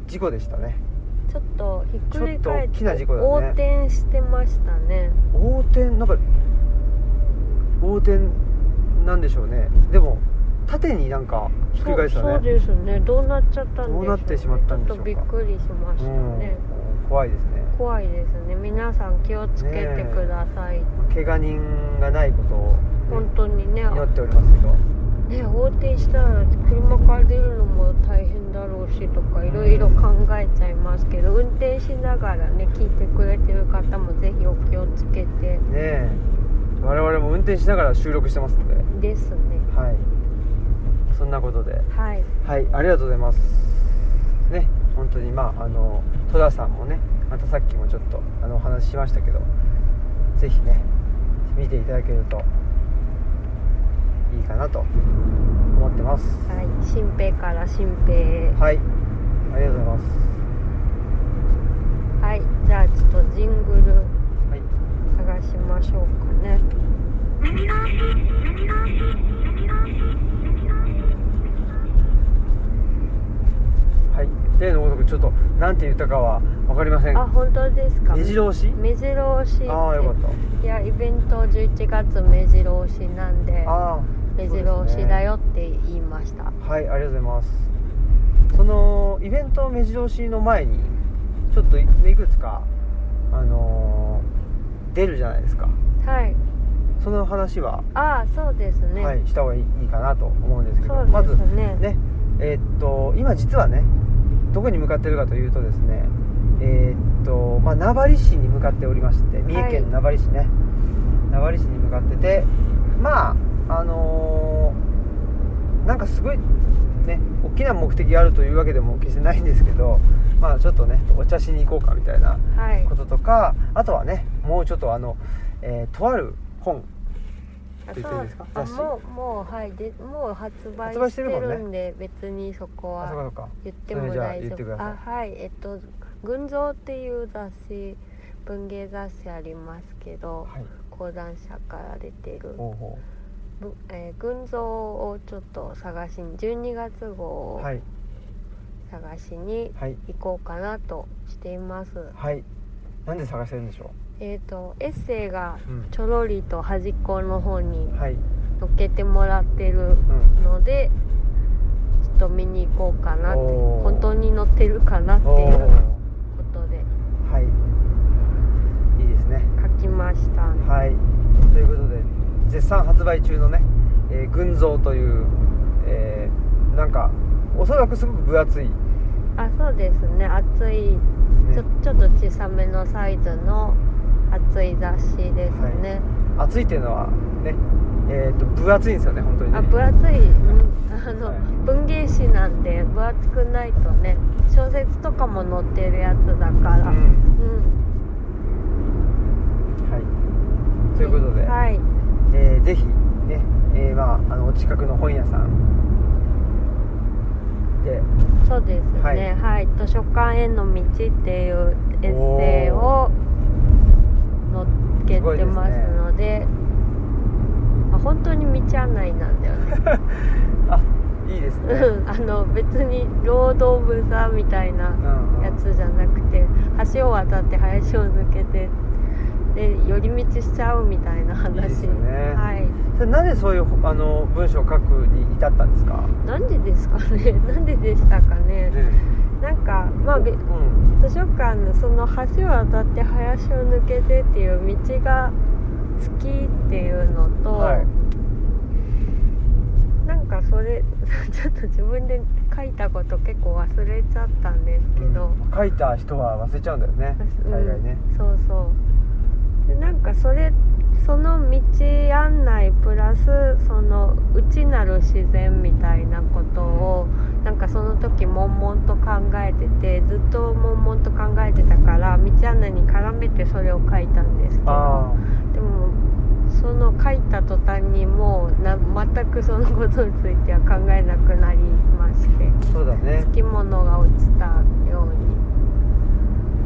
Speaker 1: 事故でしたね
Speaker 2: ちょっとひっくり返っ
Speaker 1: ちょ
Speaker 2: て
Speaker 1: っと大きな事故だね
Speaker 2: 横転してましたね
Speaker 1: 横転なんか横転なんでしょうねでも縦になんかひっくり返した
Speaker 2: そうそう
Speaker 1: ね
Speaker 2: ですねどうなっちゃったんでしょう、ね、
Speaker 1: どうなってしまったんでしょうか
Speaker 2: ちょっとびっくりしましたね、
Speaker 1: うん、怖いですね
Speaker 2: 怖いですね皆さん気をつけてください、
Speaker 1: まあ怪我人がないことを
Speaker 2: 本当にね
Speaker 1: 祈っておりますけど
Speaker 2: ね横転したら車から出るのも大変だろうしとかいろいろ考えちゃいますけど運転しながらね聞いてくれてる方もぜひお気をつけて
Speaker 1: ねえ我々も運転しながら収録してますので
Speaker 2: ですね
Speaker 1: はいそんなことで
Speaker 2: はい
Speaker 1: はいありがとうございますね本当にまああの戸田さんもねまたさっきもちょっとあのお話ししましたけどぜひね見ていただけるといいかなと思ってます
Speaker 2: はい新兵から新兵へ
Speaker 1: はいありがとうございます
Speaker 2: はいじゃあちょっとジングル
Speaker 1: はい
Speaker 2: 探しましょうかね
Speaker 3: 耳が惜しい耳が惜しい耳が惜しい耳が惜しい
Speaker 1: はい例のごとくちょっとなんて言ったかは分かりません
Speaker 2: あ本当ですか
Speaker 1: 目白押し
Speaker 2: 目白押しって
Speaker 1: ああよかった
Speaker 2: いやイベント11月目白押しなんで
Speaker 1: ああ
Speaker 2: 目白押しだよって言いました
Speaker 1: はいありがとうございますそのイベント目白押しの前にちょっといいくつかあのー出るじゃないですか
Speaker 2: はい
Speaker 1: その話は、
Speaker 2: ああそうですね、
Speaker 1: はい、した方がいいいいかなと思うんですけど
Speaker 2: そう
Speaker 1: まず
Speaker 2: ですね、
Speaker 1: ねえーっと今実はねどこに向かってるかというとですねえーっと、まあ、名張市に向かっておりまして三重県名張市ね、名張市に向かっててまああのーなんかすごいね大きな目的があるというわけでも決してないんですけどまあちょっとねお茶しに行こうかみたいな
Speaker 2: はい
Speaker 1: こととかあとはねもうちょっとあの、えーとある本
Speaker 2: あ
Speaker 1: て言っていいですか
Speaker 2: そうあ
Speaker 1: 雑誌
Speaker 2: もうもうはいでもう発売
Speaker 1: 発売
Speaker 2: し
Speaker 1: しててるもんね
Speaker 2: るんで別にそこ
Speaker 1: あそうか
Speaker 2: は
Speaker 1: そうか
Speaker 2: 言っても大
Speaker 1: そ
Speaker 2: 丈
Speaker 1: れじゃあ言ってくだ
Speaker 2: 夫
Speaker 1: さい
Speaker 2: あはいえっと「群像」っていう雑誌文芸雑誌ありますけど
Speaker 1: はい
Speaker 2: 講談社から出てる
Speaker 1: ほうほ
Speaker 2: 「ぶえー群像」をちょっと探しに12月号
Speaker 1: う
Speaker 2: を
Speaker 1: はい
Speaker 2: 探しに
Speaker 1: はい
Speaker 2: 行こうかなとしています、
Speaker 1: はいなんで探してるんでしょ
Speaker 2: えっ、とエッセイが
Speaker 1: う、うん
Speaker 2: ちょろりと端っこの方に
Speaker 1: はい、う
Speaker 2: 乗っけてもらってる
Speaker 1: ん、
Speaker 2: のでちょっと見に行こうかなって
Speaker 1: おー
Speaker 2: 本当に乗ってるかなってい
Speaker 1: おお
Speaker 2: うことで
Speaker 1: はいいいですね
Speaker 2: 書きました
Speaker 1: はいということで絶賛発売中のね「えー群像」という、えーなんかおそらくすごく分厚い、ね、
Speaker 2: あそうですね熱いちょちょっと小さめのサイズの厚い雑誌ですね、
Speaker 1: 厚いっていうのはねえっと分厚いんですよね本当にね
Speaker 2: あ分厚い、うん、あの、
Speaker 1: はい
Speaker 2: 文芸誌なんで分厚くないとね小説とかも載ってるやつだか
Speaker 1: う
Speaker 2: らうんん
Speaker 1: はいということで、
Speaker 2: はい
Speaker 1: えーぜひね、えーまあ、あのお近くの本屋さんで
Speaker 2: そうですねは
Speaker 1: はいい、
Speaker 2: 図書館への道」っていうエッセイを載っけてますのであ本当に道案内なんだ よね
Speaker 1: あいいですね、
Speaker 2: うんあの別にロード・オブ・ザみたいな
Speaker 1: うんうん
Speaker 2: やつじゃなくて橋を渡って林を抜けてで寄り道しちゃうみたいな話
Speaker 1: いいですよね
Speaker 2: はい
Speaker 1: それなぜそういうあの文章を書くに至ったんですか、
Speaker 2: なんでですかね なんででしたかねなんかまあべ
Speaker 1: う
Speaker 2: 図
Speaker 1: ん、
Speaker 2: 書館のその橋を渡って林を抜けてっていう道が好きっていうのと、
Speaker 1: はい
Speaker 2: なんかそれ ちょっと自分で書いたこと結構忘れちゃったんですけど、
Speaker 1: うん書いた人は忘れちゃうんだよね
Speaker 2: うん
Speaker 1: 大概ね、
Speaker 2: そうそうでなんかそれその道案内プラスその内なる自然みたいなことをなんかその時悶々と考えててずっと悶々と考えてたから道案内に絡めてそれを書いたんですけど
Speaker 1: あ
Speaker 2: でもその書いた途端にもうな全くそのことについては考えなくなりまして
Speaker 1: あそうだね
Speaker 2: つきものが落ちたように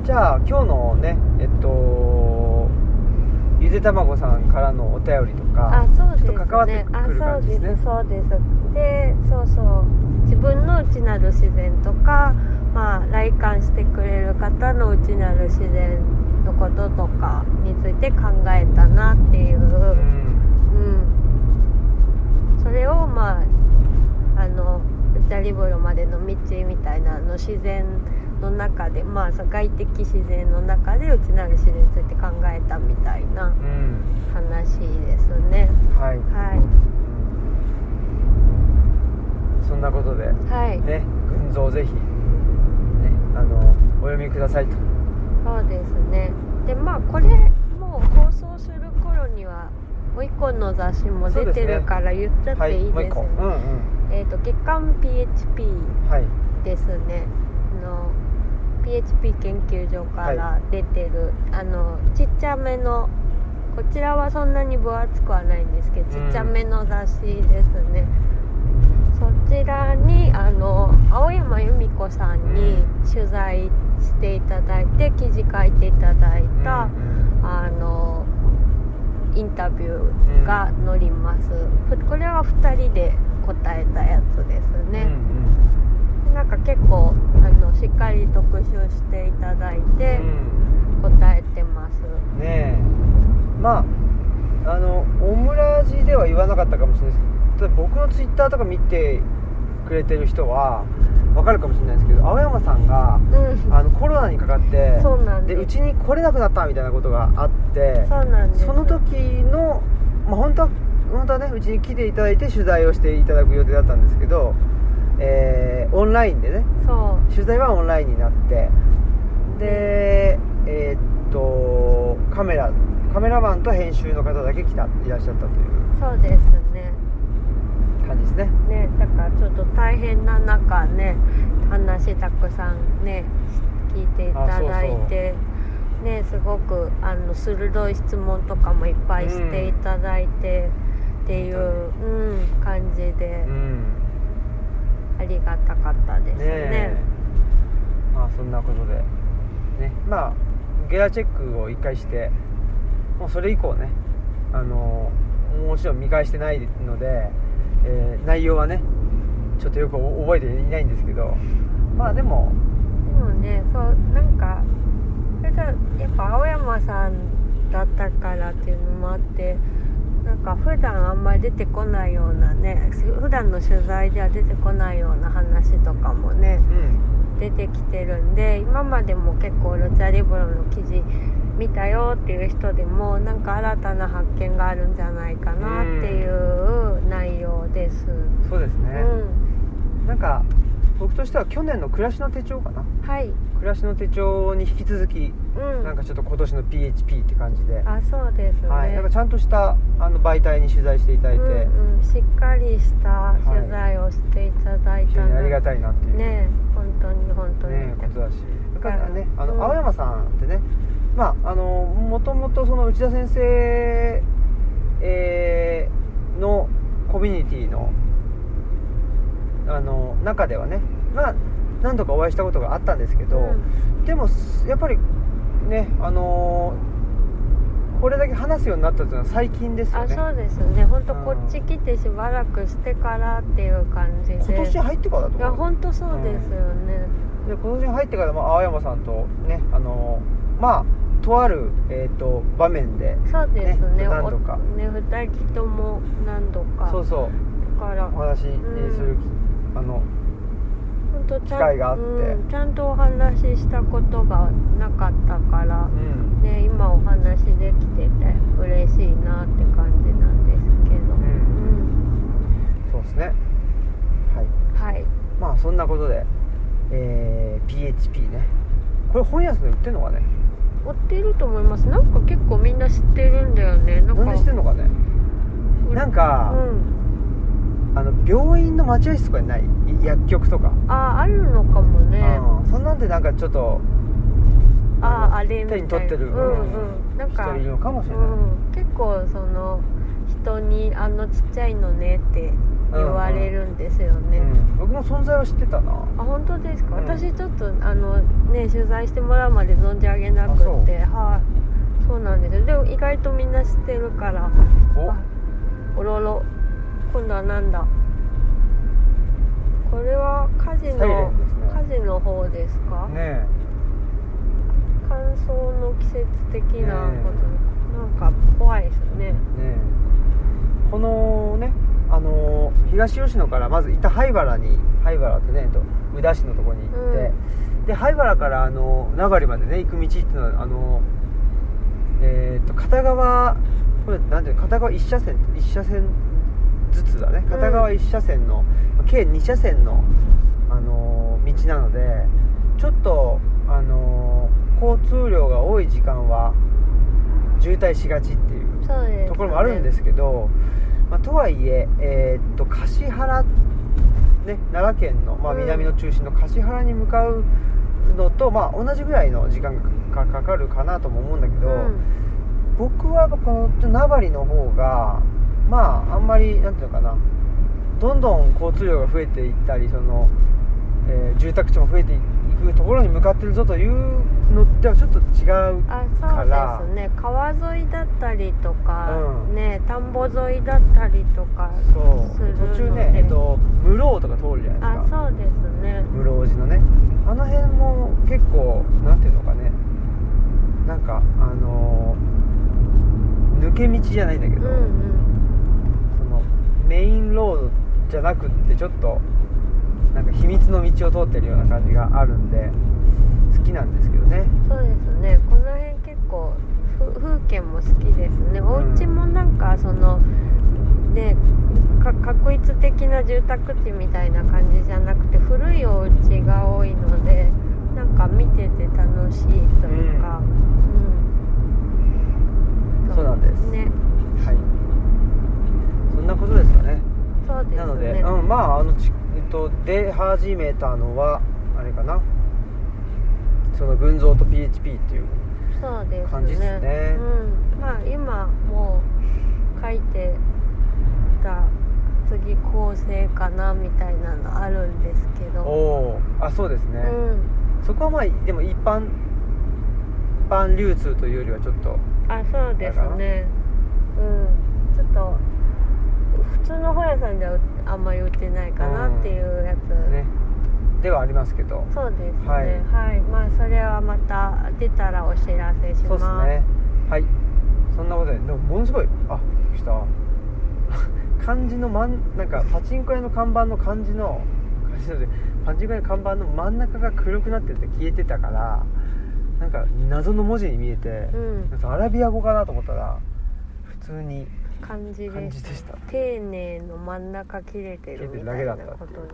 Speaker 1: じゃあ今日のねえっとゆでたまごさんからのお便りと
Speaker 2: あ
Speaker 1: か、
Speaker 2: そうです
Speaker 1: ちょっと関わって
Speaker 2: ね。あ
Speaker 1: くる感じですね
Speaker 2: そうですそうです。で、そうそう。自分の内なる自然とか、まあ来館してくれる方の内なる自然のこととかについて考えたなっていうう。
Speaker 1: ん、
Speaker 2: うん。それをまああのルチャリブロまでの道みたいなあの自然の中でまあ外的自然の中で内なる自然について考えたみたいな
Speaker 1: うん
Speaker 2: 話ですね。
Speaker 1: はい、
Speaker 2: はい。
Speaker 1: うんそんなことで
Speaker 2: はい、
Speaker 1: ね群像ぜひ、ね、あのお読みくださいと
Speaker 2: そうですね。で、まあ、これ、もう放送する頃には。もう一個の雑誌も出てるから、言っちゃっていい
Speaker 1: もう
Speaker 2: で
Speaker 1: 一
Speaker 2: す
Speaker 1: 個う
Speaker 2: ね
Speaker 1: ん。うん
Speaker 2: えっ、と、月刊 P. H. P.
Speaker 1: はい
Speaker 2: ですね。あの。P. H. P. 研究所から出てる、あの、ちっちゃめの。こちらはそんなに分厚くはないんですけど、ちっちゃめの雑誌ですね。そちらにあの青山由美子さんに取材していただいて記事書いていただい
Speaker 1: う
Speaker 2: た、
Speaker 1: ん
Speaker 2: あのインタビューが載ります、ふこれは2人で答えたやつです
Speaker 1: うん
Speaker 2: ね、なんか結構あのしっかり特集していただい
Speaker 1: うん
Speaker 2: て
Speaker 1: うん
Speaker 2: 答えてます、
Speaker 1: ねえまああのオムラジでは言わなかったかもしれないですけどただ僕のツイッターとか見てくれてる人はわかるかもしれないですけど青山さんが
Speaker 2: うん
Speaker 1: あのコロナにかかって
Speaker 2: そうなんで
Speaker 1: ですうちに来れなくなったみたいなことがあって
Speaker 2: そうなんです
Speaker 1: その時の、まあ、本当は本当はねうちに来ていただいて取材をしていただく予定だったんですけど、えーオンラインでね
Speaker 2: そう
Speaker 1: 取材はオンラインになってでえーっとカメラカメラマンと編集の方だけ来たいらっしゃったという
Speaker 2: そうですね
Speaker 1: 感じですね
Speaker 2: ねだからちょっと大変な中ね話たくさんね聞いていただいてねすごくあの鋭い質問とかもいっぱいしていただいて、っていう、うん、感じで
Speaker 1: うん
Speaker 2: ありがたかったですね
Speaker 1: えまあそんなことでねまあゲアチェックを一回してもうそれ以降ねあのもちろん見返してないので、えー内容はねちょっとよく覚えていないんですけどまあでも
Speaker 2: でもねそうなんかそれとやっぱ青山さんだったからっていうのもあってなんか普段あんまり出てこないようなね普段の取材では出てこないような話とかもね
Speaker 1: うん
Speaker 2: 出てきてるんで今までも結構「ロチャリブロ」の記事見たよっていう人でもなんか新たな発見があるんじゃないかなっていう内容です。
Speaker 1: そうです
Speaker 2: う
Speaker 1: ね、
Speaker 2: ん、
Speaker 1: なんか僕としては去年の暮らしの手帳かな
Speaker 2: はい
Speaker 1: 暮らしの手帳に引き続き
Speaker 2: うん
Speaker 1: なんかちょっと今年の PHP って感じで、は
Speaker 2: あそうですね、
Speaker 1: い、なんかちゃんとしたあの媒体に取材していただいて、
Speaker 2: うんうん、しっかりした取材をしていただい
Speaker 1: 非
Speaker 2: た
Speaker 1: 常にあ
Speaker 2: の
Speaker 1: りがたいなっていう、
Speaker 2: ね本当に本当に、
Speaker 1: ねことだしだからねあの、
Speaker 2: うん
Speaker 1: 青山さんってねまああのもともとその内田先生、えーのコミュニティのあの中ではねまあ何度かお会いしたことがあったんですけど、
Speaker 2: うん
Speaker 1: でもやっぱりねあのこれだけ話すようになったというのは最近ですよ
Speaker 2: あ
Speaker 1: ね
Speaker 2: そうですね本当
Speaker 1: うん
Speaker 2: こっち来てしばらくしてからっていう感じで
Speaker 1: 今年
Speaker 2: い
Speaker 1: 入ってからだと思う
Speaker 2: や本当そうですよね、
Speaker 1: で今年に入ってから、まあ、青山さんとねあのまあとある、えー、と場面で
Speaker 2: そうですね
Speaker 1: ね何度か
Speaker 2: おね2人とも何度か
Speaker 1: そうそう
Speaker 2: だから
Speaker 1: お話しする、あの
Speaker 2: 本当ち
Speaker 1: 機
Speaker 2: ゃん
Speaker 1: 会があって
Speaker 2: うんちゃんとお話ししたことがなかったから
Speaker 1: う、ん、
Speaker 2: ね、今お話できてて嬉しいなって感じなんですけど、
Speaker 1: う、
Speaker 2: うんん
Speaker 1: そうですねはい
Speaker 2: はい
Speaker 1: まあそんなことで、えー PHP ねこれ本屋さんで売ってるのかね
Speaker 2: 追ってると思いますなんか結構みんな知ってるんだよねなんか
Speaker 1: なんでしてるのかねなんか
Speaker 2: う、ん、
Speaker 1: あの病院の待合室とかにないい薬局とか、
Speaker 2: ああるのかもね
Speaker 1: うんそんなんでなんかちょっと
Speaker 2: あああれみたいな
Speaker 1: 手に取ってる
Speaker 2: うんうん、なん
Speaker 1: して
Speaker 2: か
Speaker 1: るのかもしれない、
Speaker 2: うん、結構その人に「あのちっちゃいのね」って言われるんですよね、
Speaker 1: うん、僕も存在は知ってたな
Speaker 2: あ本当ですか、
Speaker 1: うん
Speaker 2: 私ちょっとあのね取材してもらうまで存じ上げなく
Speaker 1: あそう
Speaker 2: てはいそうなんですよでも意外とみんな知ってるから
Speaker 1: お
Speaker 2: あおろろ今度はなんだこれは火
Speaker 1: サイ
Speaker 2: 事
Speaker 1: レ
Speaker 2: の
Speaker 1: ンですね
Speaker 2: 火事の方ですか、
Speaker 1: ね
Speaker 2: 乾燥の季節的な
Speaker 1: ねえ
Speaker 2: こと、なんか怖いですね
Speaker 1: えねえこのねあのー東吉野からまず行った灰原に灰原ってねえっと宇田市のとこに行って、で灰原からあの名張までね行く道っていうのはあのえーっと片側これなんていうの片側1車線一車線ずつだね片側1車線の、計2車線の、あのー道なのでちょっと、あのー交通量が多い時間は渋滞しがちっていう
Speaker 2: そうです、ね、
Speaker 1: ところもあるんですけど、まあ、とはいええーっと橿原、ね、奈良県の、まあ、
Speaker 2: うん
Speaker 1: 南の中心の橿原に向かうのと、まあ、同じぐらいの時間がかかるかなとも思うんだけど、
Speaker 2: うん
Speaker 1: 僕はこの名張の方がまああんまりなんていうのかなどんどん交通量が増えていったりその、えー住宅地も増えていくところに向かってるぞというのではちょっと違う
Speaker 2: あ
Speaker 1: から
Speaker 2: そうですね川沿いだったりとか、
Speaker 1: うん
Speaker 2: ね田んぼ沿いだったりとか
Speaker 1: そう
Speaker 2: するので
Speaker 1: 途中ね、えっと、室生とか通るじゃない
Speaker 2: あ
Speaker 1: ですか
Speaker 2: そうですね
Speaker 1: 室生寺のねあの辺も結構なんていうのかねなんかあのー抜け道じゃないんだけ
Speaker 2: う
Speaker 1: ど、
Speaker 2: ん
Speaker 1: そのメインロードじゃなくってちょっとなんか秘密の道を通ってるような感じがあるんで好きなんですけどね
Speaker 2: うんそうですねこの辺結構ふ風景も好きですねお家もなんかそのねか確一的な住宅地みたいな感じじゃなくて古いお家が多いのでなんか見てて楽しいというか、うん
Speaker 1: そうなんです
Speaker 2: ね
Speaker 1: はいそんなことですかね
Speaker 2: そうですね
Speaker 1: なので、うん、まああのち、えっと、出始めたのはあれかなその群像と PHP っていう
Speaker 2: そうですね
Speaker 1: 感じっすね
Speaker 2: うん、まあ今もう書いてた次構成かなみたいなのあるんですけ
Speaker 1: お
Speaker 2: ど、
Speaker 1: おーあそうです
Speaker 2: う
Speaker 1: ね、
Speaker 2: ん、
Speaker 1: そこはまあでも一般一般流通というよりはちょっと
Speaker 2: あそうですねうんちょっと普通の本屋さんではあんまり売ってないかなっていうやつ、
Speaker 1: ねではありますけど
Speaker 2: そうですね
Speaker 1: は
Speaker 2: はいい、まあそれはまた出たらお知らせし
Speaker 1: そう
Speaker 2: ま
Speaker 1: ですね
Speaker 2: す
Speaker 1: はいそんなことででもものすごいあびっくりした 漢字の真んなんかパチンコ屋の看板の漢字の漢字でパチンコ屋の看板の真ん中が黒くなってて消えてたからなんか謎の文字に見えて、
Speaker 2: うん
Speaker 1: なんかアラビア語かなと思ったら普通に
Speaker 2: 感じ
Speaker 1: 漢
Speaker 2: で
Speaker 1: 字
Speaker 2: す
Speaker 1: でした
Speaker 2: 丁寧の真ん中切れてる
Speaker 1: 切れて
Speaker 2: みたいな
Speaker 1: るだけだった
Speaker 2: こ
Speaker 1: っていう
Speaker 2: と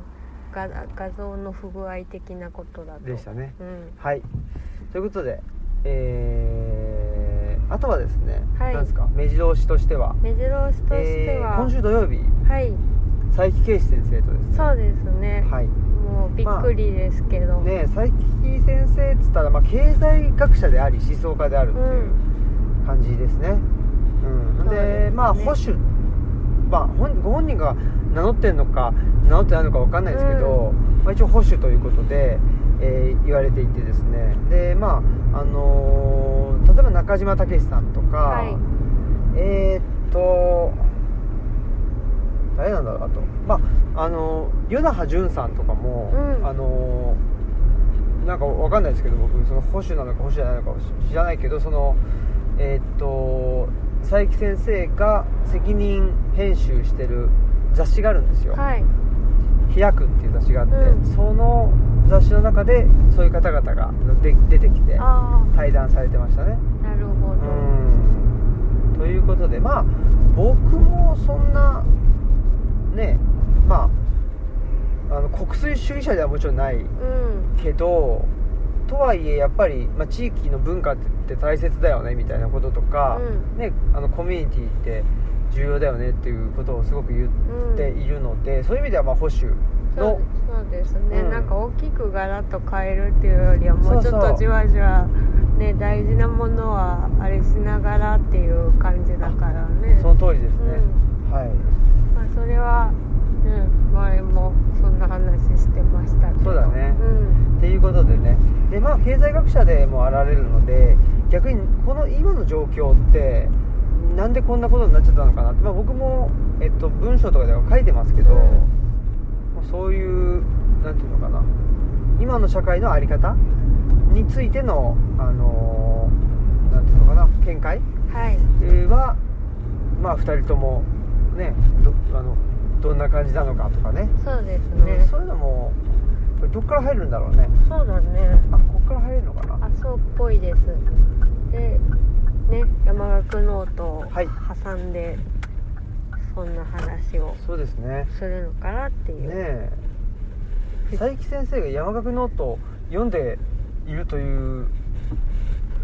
Speaker 2: 画画像の不具合的なことだと
Speaker 1: でしたね
Speaker 2: うん
Speaker 1: はいということでえー、あとはですね、
Speaker 2: はい
Speaker 1: なんですか目白押しとしては
Speaker 2: 目白押しとして
Speaker 1: えー
Speaker 2: は、
Speaker 1: 今週土曜日
Speaker 2: はい
Speaker 1: 佐伯圭史先生とですね
Speaker 2: そうですね、
Speaker 1: はい
Speaker 2: もうびっくりですけど、
Speaker 1: で佐伯先生っつったら、まあ、経済学者であり思想家であるって
Speaker 2: う
Speaker 1: いう感じですね、うん
Speaker 2: そう
Speaker 1: で
Speaker 2: ですね
Speaker 1: まあ保守まあ本ご本人が名乗ってんのか名乗ってないのかわかんないですけど、まあ、一応保守ということで、えー言われていてですねでまああのー例えば中島武史さんとか、
Speaker 2: はい
Speaker 1: えーっと誰なんだろうあとまああの与那覇潤さんとかも、
Speaker 2: うん
Speaker 1: あのなんかわかんないですけど僕その保守なのか保守じゃないのか知らないけどそのえーっと佐伯先生が責任編集してる雑誌があるんですよ「
Speaker 2: はい
Speaker 1: 飛躍」っていう雑誌があって、
Speaker 2: うん
Speaker 1: その雑誌の中でそういう方々がで出てきて
Speaker 2: あ
Speaker 1: 対談されてましたね
Speaker 2: あなるほど、
Speaker 1: うんということでまあ僕もそんなねまああの国粋主義者ではもちろんない
Speaker 2: うん
Speaker 1: けどとはいえやっぱり、まあ、地域の文化って大切だよねみたいなこととか、
Speaker 2: う
Speaker 1: ね、あのコミュニティって重要だよねっていうことをすごく言っているので、そういう意味ではまあ保守
Speaker 2: そう
Speaker 1: の
Speaker 2: そうですね、
Speaker 1: うん
Speaker 2: なんか大きくガラッと変えるっていうよりはもうちょっ
Speaker 1: そうそ
Speaker 2: と
Speaker 1: う
Speaker 2: じわじわね大事なものはあれしながらっていう感じだからね
Speaker 1: その通りですね、
Speaker 2: う
Speaker 1: はい
Speaker 2: んまあ、それは、うん、前もそんな話してましたけど
Speaker 1: そうだね
Speaker 2: うん
Speaker 1: っていうことでねでまあ経済学者でもあられるので逆にこの今の状況ってなんでこんなことになっちゃったのかなって、まあ、僕も、えっと、文章とかでは書いてますけど、
Speaker 2: うん
Speaker 1: まあそういうなんていうのかな今の社会の在り方についての、あのーなんていうのかな見解
Speaker 2: はい
Speaker 1: えーは、まあ、2人ともねどあのどんな感じなのかとかね
Speaker 2: そうですね
Speaker 1: そういうのもこれどっから入るんだろうね
Speaker 2: そうだね
Speaker 1: あこっから入るのかな
Speaker 2: あそうっぽいですでね山岳ノートを
Speaker 1: はい
Speaker 2: 挟んで、そんな話を
Speaker 1: そうですね
Speaker 2: するのかなっていう、
Speaker 1: ねえ佐伯先生が山岳ノートを読んでいるという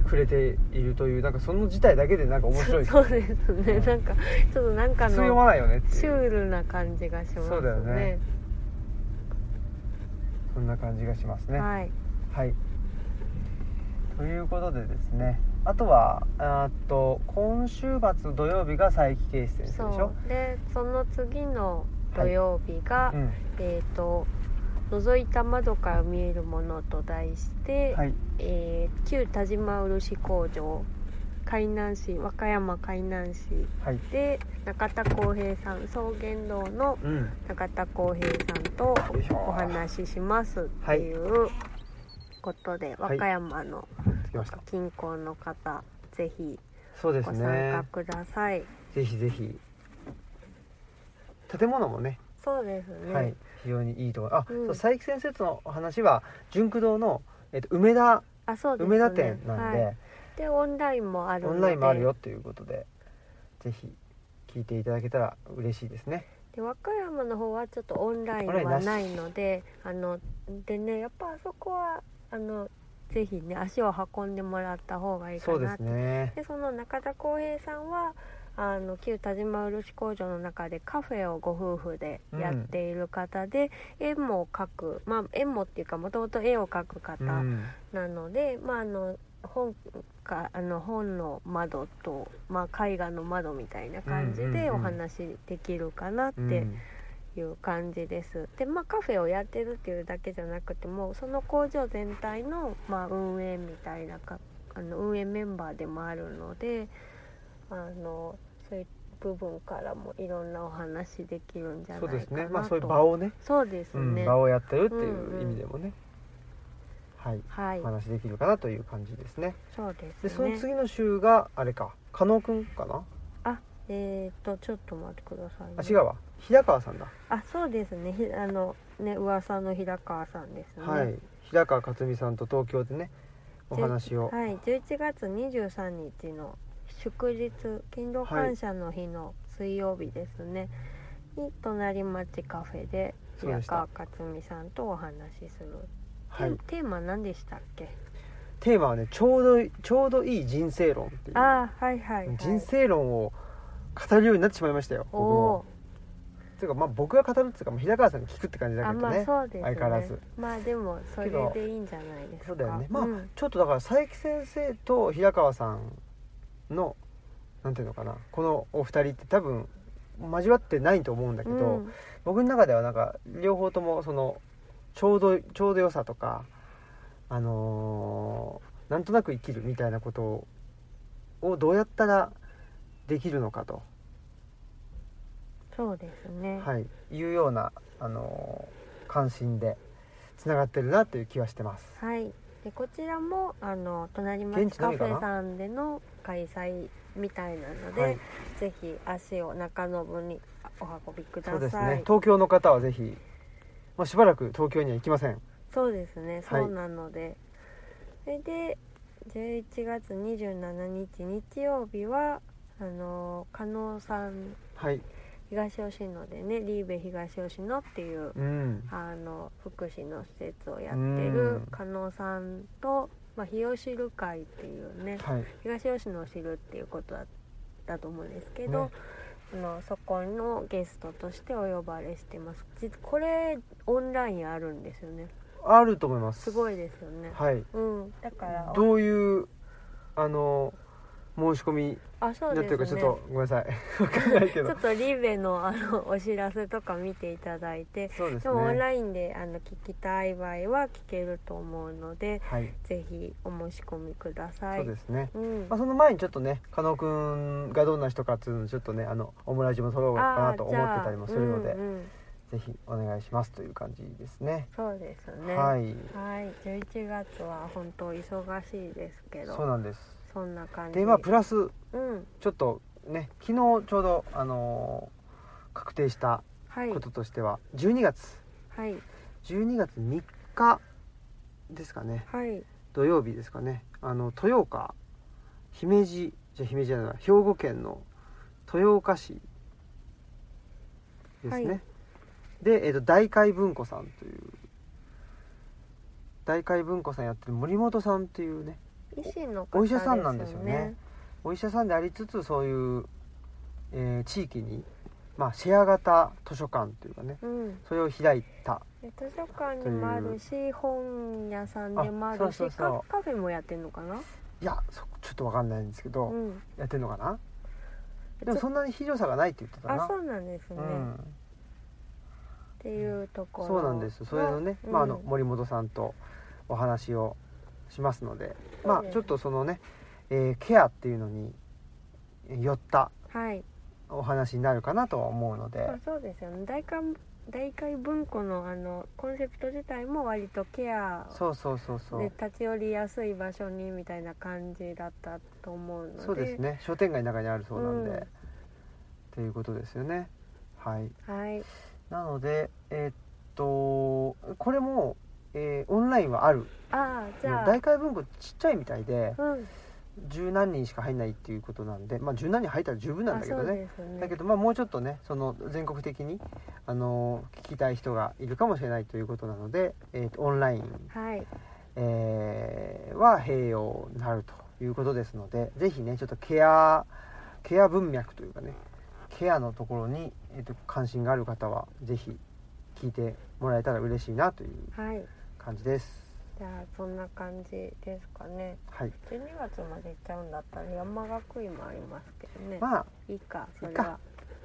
Speaker 1: くれているというなんかその事態だけでなんか面白いです
Speaker 2: そ
Speaker 1: ね
Speaker 2: うですねなんかちょっとなんか
Speaker 1: 普通読ま
Speaker 2: の
Speaker 1: ないよねって
Speaker 2: シ
Speaker 1: いう
Speaker 2: ュールな感じがしますね
Speaker 1: そうだよねそんな感じがしますねはい、
Speaker 2: はい
Speaker 1: ということでですねあとはあーっと今週末土曜日が佐伯圭史先生でし
Speaker 2: そ
Speaker 1: ょ
Speaker 2: うでその次の土曜日が、
Speaker 1: うん
Speaker 2: えっ、と覗いた窓から見えるものと題して、
Speaker 1: はい
Speaker 2: えー旧田島漆工場海南市和歌山海南市
Speaker 1: はい
Speaker 2: で中田浩平さん草原堂の
Speaker 1: うん
Speaker 2: 中田浩平さんと
Speaker 1: よいしょ
Speaker 2: お話ししますっていうことで、
Speaker 1: はい
Speaker 2: 和歌山の
Speaker 1: 着きました
Speaker 2: 近郊の方ぜひ
Speaker 1: そうです
Speaker 2: ご参
Speaker 1: ね
Speaker 2: 加ください、
Speaker 1: ぜひぜひ建物もね
Speaker 2: そうですね、
Speaker 1: はい、非常にいいと思います。あ、
Speaker 2: う
Speaker 1: そ
Speaker 2: ん
Speaker 1: う佐伯先生とのお話は純駆堂のえっと梅田、
Speaker 2: あそうですね
Speaker 1: 梅田店なんで、
Speaker 2: はいでオンラインもあるの
Speaker 1: オ
Speaker 2: で
Speaker 1: ンラインもあるよということで、ぜひ聞いていただけたら嬉しいですね。
Speaker 2: で和歌山の方はちょっとオンライン
Speaker 1: オンラ
Speaker 2: は
Speaker 1: イン
Speaker 2: な
Speaker 1: ないし
Speaker 2: のであのでねやっぱあそこはあのぜひね足を運んでもらった方がいいか
Speaker 1: そうで
Speaker 2: なっ
Speaker 1: す
Speaker 2: て
Speaker 1: ね。
Speaker 2: でその中田浩平さんはあの旧田島漆工場の中でカフェをご夫婦でやっている方で、絵も描く、まあ、絵もっていうかもともと絵を描く
Speaker 1: う
Speaker 2: 方
Speaker 1: ん、
Speaker 2: なので、まあ、あの本かあの本の窓と、まあ、絵画の窓みたいな感じ
Speaker 1: うんうん
Speaker 2: で
Speaker 1: うん
Speaker 2: お話しできるかなっ
Speaker 1: うん
Speaker 2: ていう感じです。でまあカフェをやってるっていうだけじゃなくてもその工場全体の、まあ、運営みたいなかあの運営メンバーでもあるのであのそういう部分からもいろんなお話できるんじゃない
Speaker 1: そう
Speaker 2: かなと
Speaker 1: ですね。まあそういう場をね、
Speaker 2: そうです
Speaker 1: う
Speaker 2: ね、
Speaker 1: ん、場をやってるってい
Speaker 2: んう
Speaker 1: うんう意味でもね、はい、
Speaker 2: はい
Speaker 1: お話できるかなという感じですね。
Speaker 2: そうですね
Speaker 1: で、その次の週があれか、加納くんかな？
Speaker 2: あえっ、とちょっと待ってください、ね、
Speaker 1: あ、違うわ。平川さんだ。
Speaker 2: あそうですねひあのね噂の平川さんですね
Speaker 1: はい、平川克美さんと東京でね、お話を。
Speaker 2: はい、11月23日の祝日勤労感謝の日の水曜日ですね、に隣町カフェで
Speaker 1: そう
Speaker 2: 平
Speaker 1: でした
Speaker 2: 川克美さんとお話しする、
Speaker 1: はい
Speaker 2: テ、テーマ何でしたっけ
Speaker 1: テーマはねちょうどいちょうどいい人生論っていう
Speaker 2: ああはいはい、はい、
Speaker 1: 人生論を語るようになってしまいましたよ
Speaker 2: お
Speaker 1: 僕も
Speaker 2: お
Speaker 1: ていうかまあ僕が語るっていうかもう平川さんが聞くって感じだ
Speaker 2: あ
Speaker 1: けど
Speaker 2: まあ
Speaker 1: ね
Speaker 2: そうですね
Speaker 1: 相変わらず
Speaker 2: まあでもそれ
Speaker 1: けど
Speaker 2: でいいんじゃないですか
Speaker 1: そうだよねまあ
Speaker 2: ん
Speaker 1: ちょっとだから佐伯先生と平川さんのなんていうのかなこのお二人って多分交わってないと思うんだけど、
Speaker 2: うん
Speaker 1: 僕の中ではなんか両方ともそのちょうどちょうど良さとかあのーなんとなく生きるみたいなことをどうやったらできるのかと、
Speaker 2: そうですね、
Speaker 1: はい、いうような、あのー関心でつながってるなという気はしてます。
Speaker 2: はい、でこちらもあの隣町カフェさんでの開催みたいなので、
Speaker 1: はい
Speaker 2: ぜひ足を中延にお運びくださ
Speaker 1: そ
Speaker 2: い。
Speaker 1: うですね。東京の方はぜひ、まあ、しばらく東京には行きません。
Speaker 2: そうですね
Speaker 1: はい
Speaker 2: そうなので、それで11月27日日曜日はあの加納さん
Speaker 1: はい。
Speaker 2: 東吉野でねリーベ東吉野っていう
Speaker 1: うん。
Speaker 2: あの福祉の施設をやって
Speaker 1: う
Speaker 2: る
Speaker 1: ん
Speaker 2: 加納さんと、まあ、日吉る会っていうね
Speaker 1: はい。
Speaker 2: 東吉野を知るっていうことだったと思うんですけど、
Speaker 1: ね
Speaker 2: あのそこのゲストとしてお呼ばれしてますじこれオンラインあるんですよね
Speaker 1: あると思います。
Speaker 2: すごいですよね、
Speaker 1: はい。
Speaker 2: うんだから
Speaker 1: どういうあの申し込みに
Speaker 2: あそ
Speaker 1: な
Speaker 2: う
Speaker 1: って
Speaker 2: で
Speaker 1: るか
Speaker 2: す
Speaker 1: ちょっと、
Speaker 2: ね
Speaker 1: ごめんなさい。 わかんないけ
Speaker 2: ちょ
Speaker 1: ど
Speaker 2: っ。とリベのあのお知らせとか見ていただいて
Speaker 1: そうです
Speaker 2: でもオン
Speaker 1: ね。
Speaker 2: ラインであの聞きたい場合は聞けると思うので
Speaker 1: はい。
Speaker 2: ぜひお申し込みください
Speaker 1: そうですね。
Speaker 2: うん
Speaker 1: まあ、その前にちょっとね、加納くんがどんな人かっていうのをちょっとね、あのオムライスも撮ろうかなと思ってたりもするので、
Speaker 2: あーじゃあうんうん
Speaker 1: ぜひお願いしますという感じですね。
Speaker 2: そうですね
Speaker 1: はい。
Speaker 2: はい、11月は本当忙しいですけど、
Speaker 1: そうなんです。
Speaker 2: そんな感じ。
Speaker 1: で、まあプラス
Speaker 2: うん、
Speaker 1: ちょっとね昨日ちょうど、あのー確定した
Speaker 2: はい、
Speaker 1: こととしては、12月
Speaker 2: はい、
Speaker 1: 12月3日ですかね
Speaker 2: はい、
Speaker 1: 土曜日ですかねあの豊岡姫路じゃ姫路じゃない兵庫県の豊岡市ですね、
Speaker 2: はい
Speaker 1: で、えー、と大海文庫さんという大海文庫さんやってる森本さんっていうね
Speaker 2: 医師の方
Speaker 1: お医者さんなんですよね。お医者さんでありつつそういう、えー地域に、まあ、シェア型図書館というかね
Speaker 2: うん、
Speaker 1: それを開いた
Speaker 2: で図書館にもあるし、本屋さんでもあるし
Speaker 1: あそうそうそう
Speaker 2: カカフェもやってんのかな。
Speaker 1: いやそちょっとわかんないんですけど、
Speaker 2: うん、
Speaker 1: やってんのかなでもそんなに広さがないって言ってたな
Speaker 2: あ、そうなんですね。っ
Speaker 1: ん、
Speaker 2: ていうところ。
Speaker 1: そうなんですそれのね、
Speaker 2: うん
Speaker 1: まあ、あの森本さんとお話をしますので、ま
Speaker 2: そうで
Speaker 1: あ
Speaker 2: す
Speaker 1: ちょっとそのね、えーケアっていうのに寄った
Speaker 2: はい、
Speaker 1: お話になるかなとは思うので、
Speaker 2: まあ、そうですよね。大韓大会文庫のあのコンセプト自体も割とケア
Speaker 1: そうそうそうそう、
Speaker 2: で立ち寄りやすい場所にみたいな感じだったと思うので
Speaker 1: そうですね商店街の中にあるそうなんで、
Speaker 2: うん
Speaker 1: っていうことですよねはい
Speaker 2: はい
Speaker 1: なのでえーっとこれも、えーオンラインはある
Speaker 2: ああじゃあ
Speaker 1: 大会文庫ちっちゃいみたいで
Speaker 2: うん
Speaker 1: 十何人しか入んないっていうことなんでまあ十何人入ったら十分なんだけど
Speaker 2: あそう
Speaker 1: ね
Speaker 2: ですね
Speaker 1: だけどまあもうちょっとねその全国的にあの聞きたい人がいるかもしれないということなので、えーっとオンライン、
Speaker 2: はい
Speaker 1: えーは併用になるということですのでぜひねちょっとケアケア文脈というかねケアのところに、えー、と関心がある方はぜひ聞いてもらえたら嬉しいなという
Speaker 2: はい
Speaker 1: 感じです。
Speaker 2: じゃあそんな感じですかね
Speaker 1: はい、
Speaker 2: 12月まで行っちゃうんだったら山学院もありますけどね、
Speaker 1: まあ
Speaker 2: いいかそれ
Speaker 1: いい
Speaker 2: は
Speaker 1: か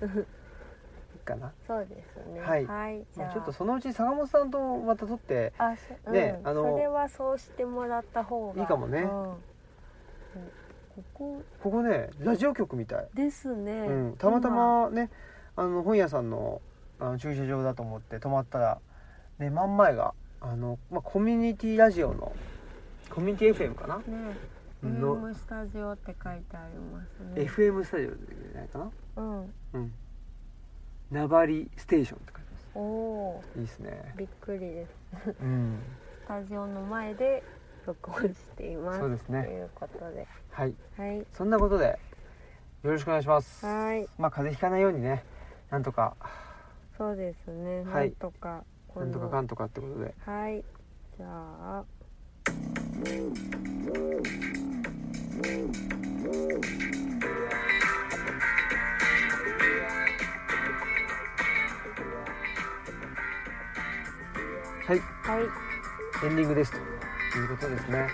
Speaker 1: いいかな、
Speaker 2: そうですね
Speaker 1: はい
Speaker 2: じ
Speaker 1: ま
Speaker 2: ゃ
Speaker 1: あ、
Speaker 2: あ
Speaker 1: ちょっとそのうち坂本さんとまた撮って
Speaker 2: あそ,、
Speaker 1: ね
Speaker 2: うん、
Speaker 1: あの
Speaker 2: それはそうしてもらった方が
Speaker 1: いいかもね
Speaker 2: うんここ
Speaker 1: ここねラジオ局みたい、
Speaker 2: ですね、
Speaker 1: うん、たまたまねあの本屋さんのあの駐車場だと思って泊まったら、ね、真ん前があの、まあ、コミュニティラジオのコミュニティ FM かな
Speaker 2: 今ね
Speaker 1: の
Speaker 2: FM スタジオって書いてありますね。
Speaker 1: FM スタジオじゃないかな
Speaker 2: うん。
Speaker 1: うん名張ステーションって書いてます
Speaker 2: おお
Speaker 1: いいですね
Speaker 2: ー、びっくりです。
Speaker 1: うん
Speaker 2: スタジオの前で録音しています。
Speaker 1: そうですね
Speaker 2: ということで、
Speaker 1: はい
Speaker 2: はい
Speaker 1: そんなことでよろしくお願いします
Speaker 2: はーい
Speaker 1: まあ風邪ひかないようにねなんとか
Speaker 2: そうですね。
Speaker 1: はい
Speaker 2: なんとかこ
Speaker 1: な
Speaker 2: の
Speaker 1: んとかかんとかってことで
Speaker 2: はい。じゃあ。
Speaker 1: はい
Speaker 2: はい。
Speaker 1: エンディングですということですね。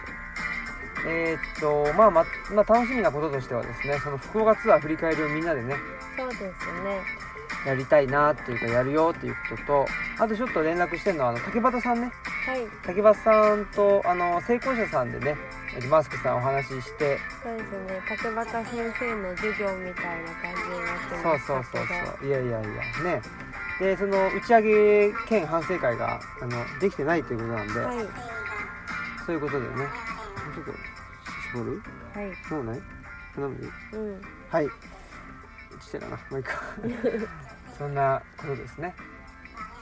Speaker 1: えーっとまあままあ楽しみなこととしてはですねその福岡ツアー振り返りをみんなでね
Speaker 2: そうですね。
Speaker 1: やりたいなというかやるよっていうこととあとちょっと連絡してるのはあの竹端さんね
Speaker 2: はい。
Speaker 1: 竹端さんとあの成功者さんでねえっとマスクさんお話しして
Speaker 2: そうですね。竹俣先生の授業みたいな感じになって
Speaker 1: そ
Speaker 2: ま
Speaker 1: う
Speaker 2: す。
Speaker 1: そうそうそういやいやいやねでその打ち上げ兼反省会があのできてないということなんで、
Speaker 2: はい。
Speaker 1: そういうことでねもうちょっと絞る
Speaker 2: はい。
Speaker 1: もうない頼むよ
Speaker 2: うん。
Speaker 1: はい。落ちてたな。もういいか。 そんなことですね。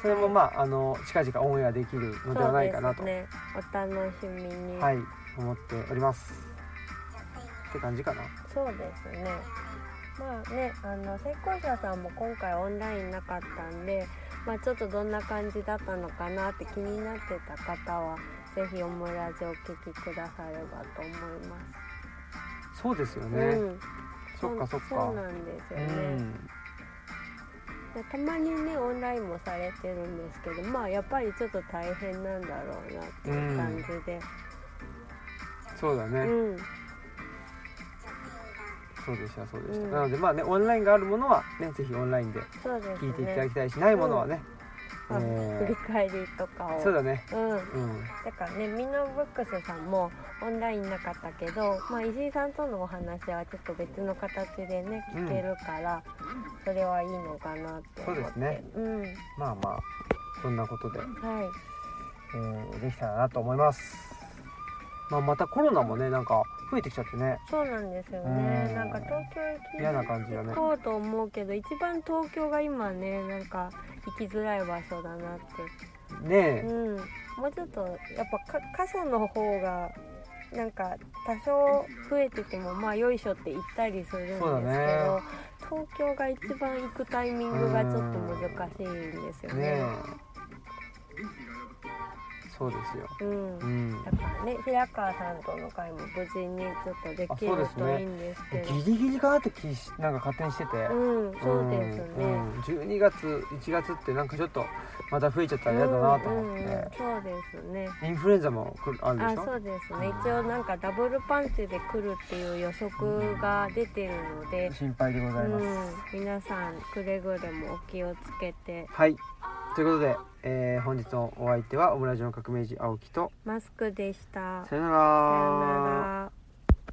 Speaker 1: それもまああの近々オンエアできるのではないかなと、
Speaker 2: そうですね。お楽しみに。
Speaker 1: はい思っております。って感じかな。
Speaker 2: そうですね。まあね、あの成功者さんも今回オンラインなかったんで、まあちょっとどんな感じだったのかなって気になってた方は、ぜひオムラジをお聞きくださればと思います。
Speaker 1: そうですよね。
Speaker 2: うん、
Speaker 1: そっかそっ
Speaker 2: そうな
Speaker 1: か。
Speaker 2: んです
Speaker 1: う
Speaker 2: よね。
Speaker 1: ん。
Speaker 2: でたまにねオンラインもされてるんですけど、まあやっぱりちょっと大変なんだろうなっていう感じで、
Speaker 1: そうだね。
Speaker 2: うん、
Speaker 1: そうでしたそうでした。
Speaker 2: うん
Speaker 1: なのでまあねオンラインがあるものはねぜひオンラインで
Speaker 2: そうですね。
Speaker 1: 聞いていただきたいし、ないものはね、
Speaker 2: あ振
Speaker 1: え
Speaker 2: り返りとかを。
Speaker 1: ーそうだね。
Speaker 2: うん。
Speaker 1: うん。
Speaker 2: だからねミノブックスさんもオンラインなかったけど、まあ、石井さんとのお話はちょっと別の形でね聞けるから、それはいいのかなって思って
Speaker 1: そうですね
Speaker 2: うんは
Speaker 1: まあまあそんなことで。
Speaker 2: い
Speaker 1: えーできたらなと思います。まあ、またコロナもね、なんか増えてきちゃってね。
Speaker 2: そうなんですよ
Speaker 1: う
Speaker 2: ね
Speaker 1: ん
Speaker 2: なんか東京
Speaker 1: 嫌な
Speaker 2: 行
Speaker 1: 感じだ
Speaker 2: き
Speaker 1: ね。
Speaker 2: こうと思うけど一番東京が今ねなんか行きづらい場所だなっ
Speaker 1: ね
Speaker 2: てう
Speaker 1: え、
Speaker 2: んもうちょっとやっぱか傘の方がなんか多少増えててもまあよいしょって言ったりするんですけ
Speaker 1: そ
Speaker 2: ど、
Speaker 1: うだね
Speaker 2: 東京が一番行くタイミングがちょっと難しいんですよ
Speaker 1: ね
Speaker 2: ね。
Speaker 1: え。そうですよ。
Speaker 2: うん
Speaker 1: うん
Speaker 2: だ。からね平川さんとの会も無事にちょっとでき
Speaker 1: あそうで
Speaker 2: る
Speaker 1: すね
Speaker 2: といいんですけど
Speaker 1: ギリギリかなって気し、なんか勝手にしてて。
Speaker 2: うんそうです
Speaker 1: う
Speaker 2: ね。
Speaker 1: ん12月、1月ってなんかちょっとまた増えちゃったら嫌だなと思っ
Speaker 2: うんうんうん
Speaker 1: て、
Speaker 2: そうですね。
Speaker 1: インフルエンザも来るあるで
Speaker 2: あ
Speaker 1: しょ
Speaker 2: そうですね一応なんかダブルパンチで来るっていう予測が出てるので、
Speaker 1: 心配でご
Speaker 2: う
Speaker 1: ざいます。
Speaker 2: ん、皆さんくれぐれもお気をつけて
Speaker 1: はい。ということで、えー本日のお相手はオムラジオの革命児青木と、
Speaker 2: マスクでした。
Speaker 1: さよな
Speaker 2: さよなら。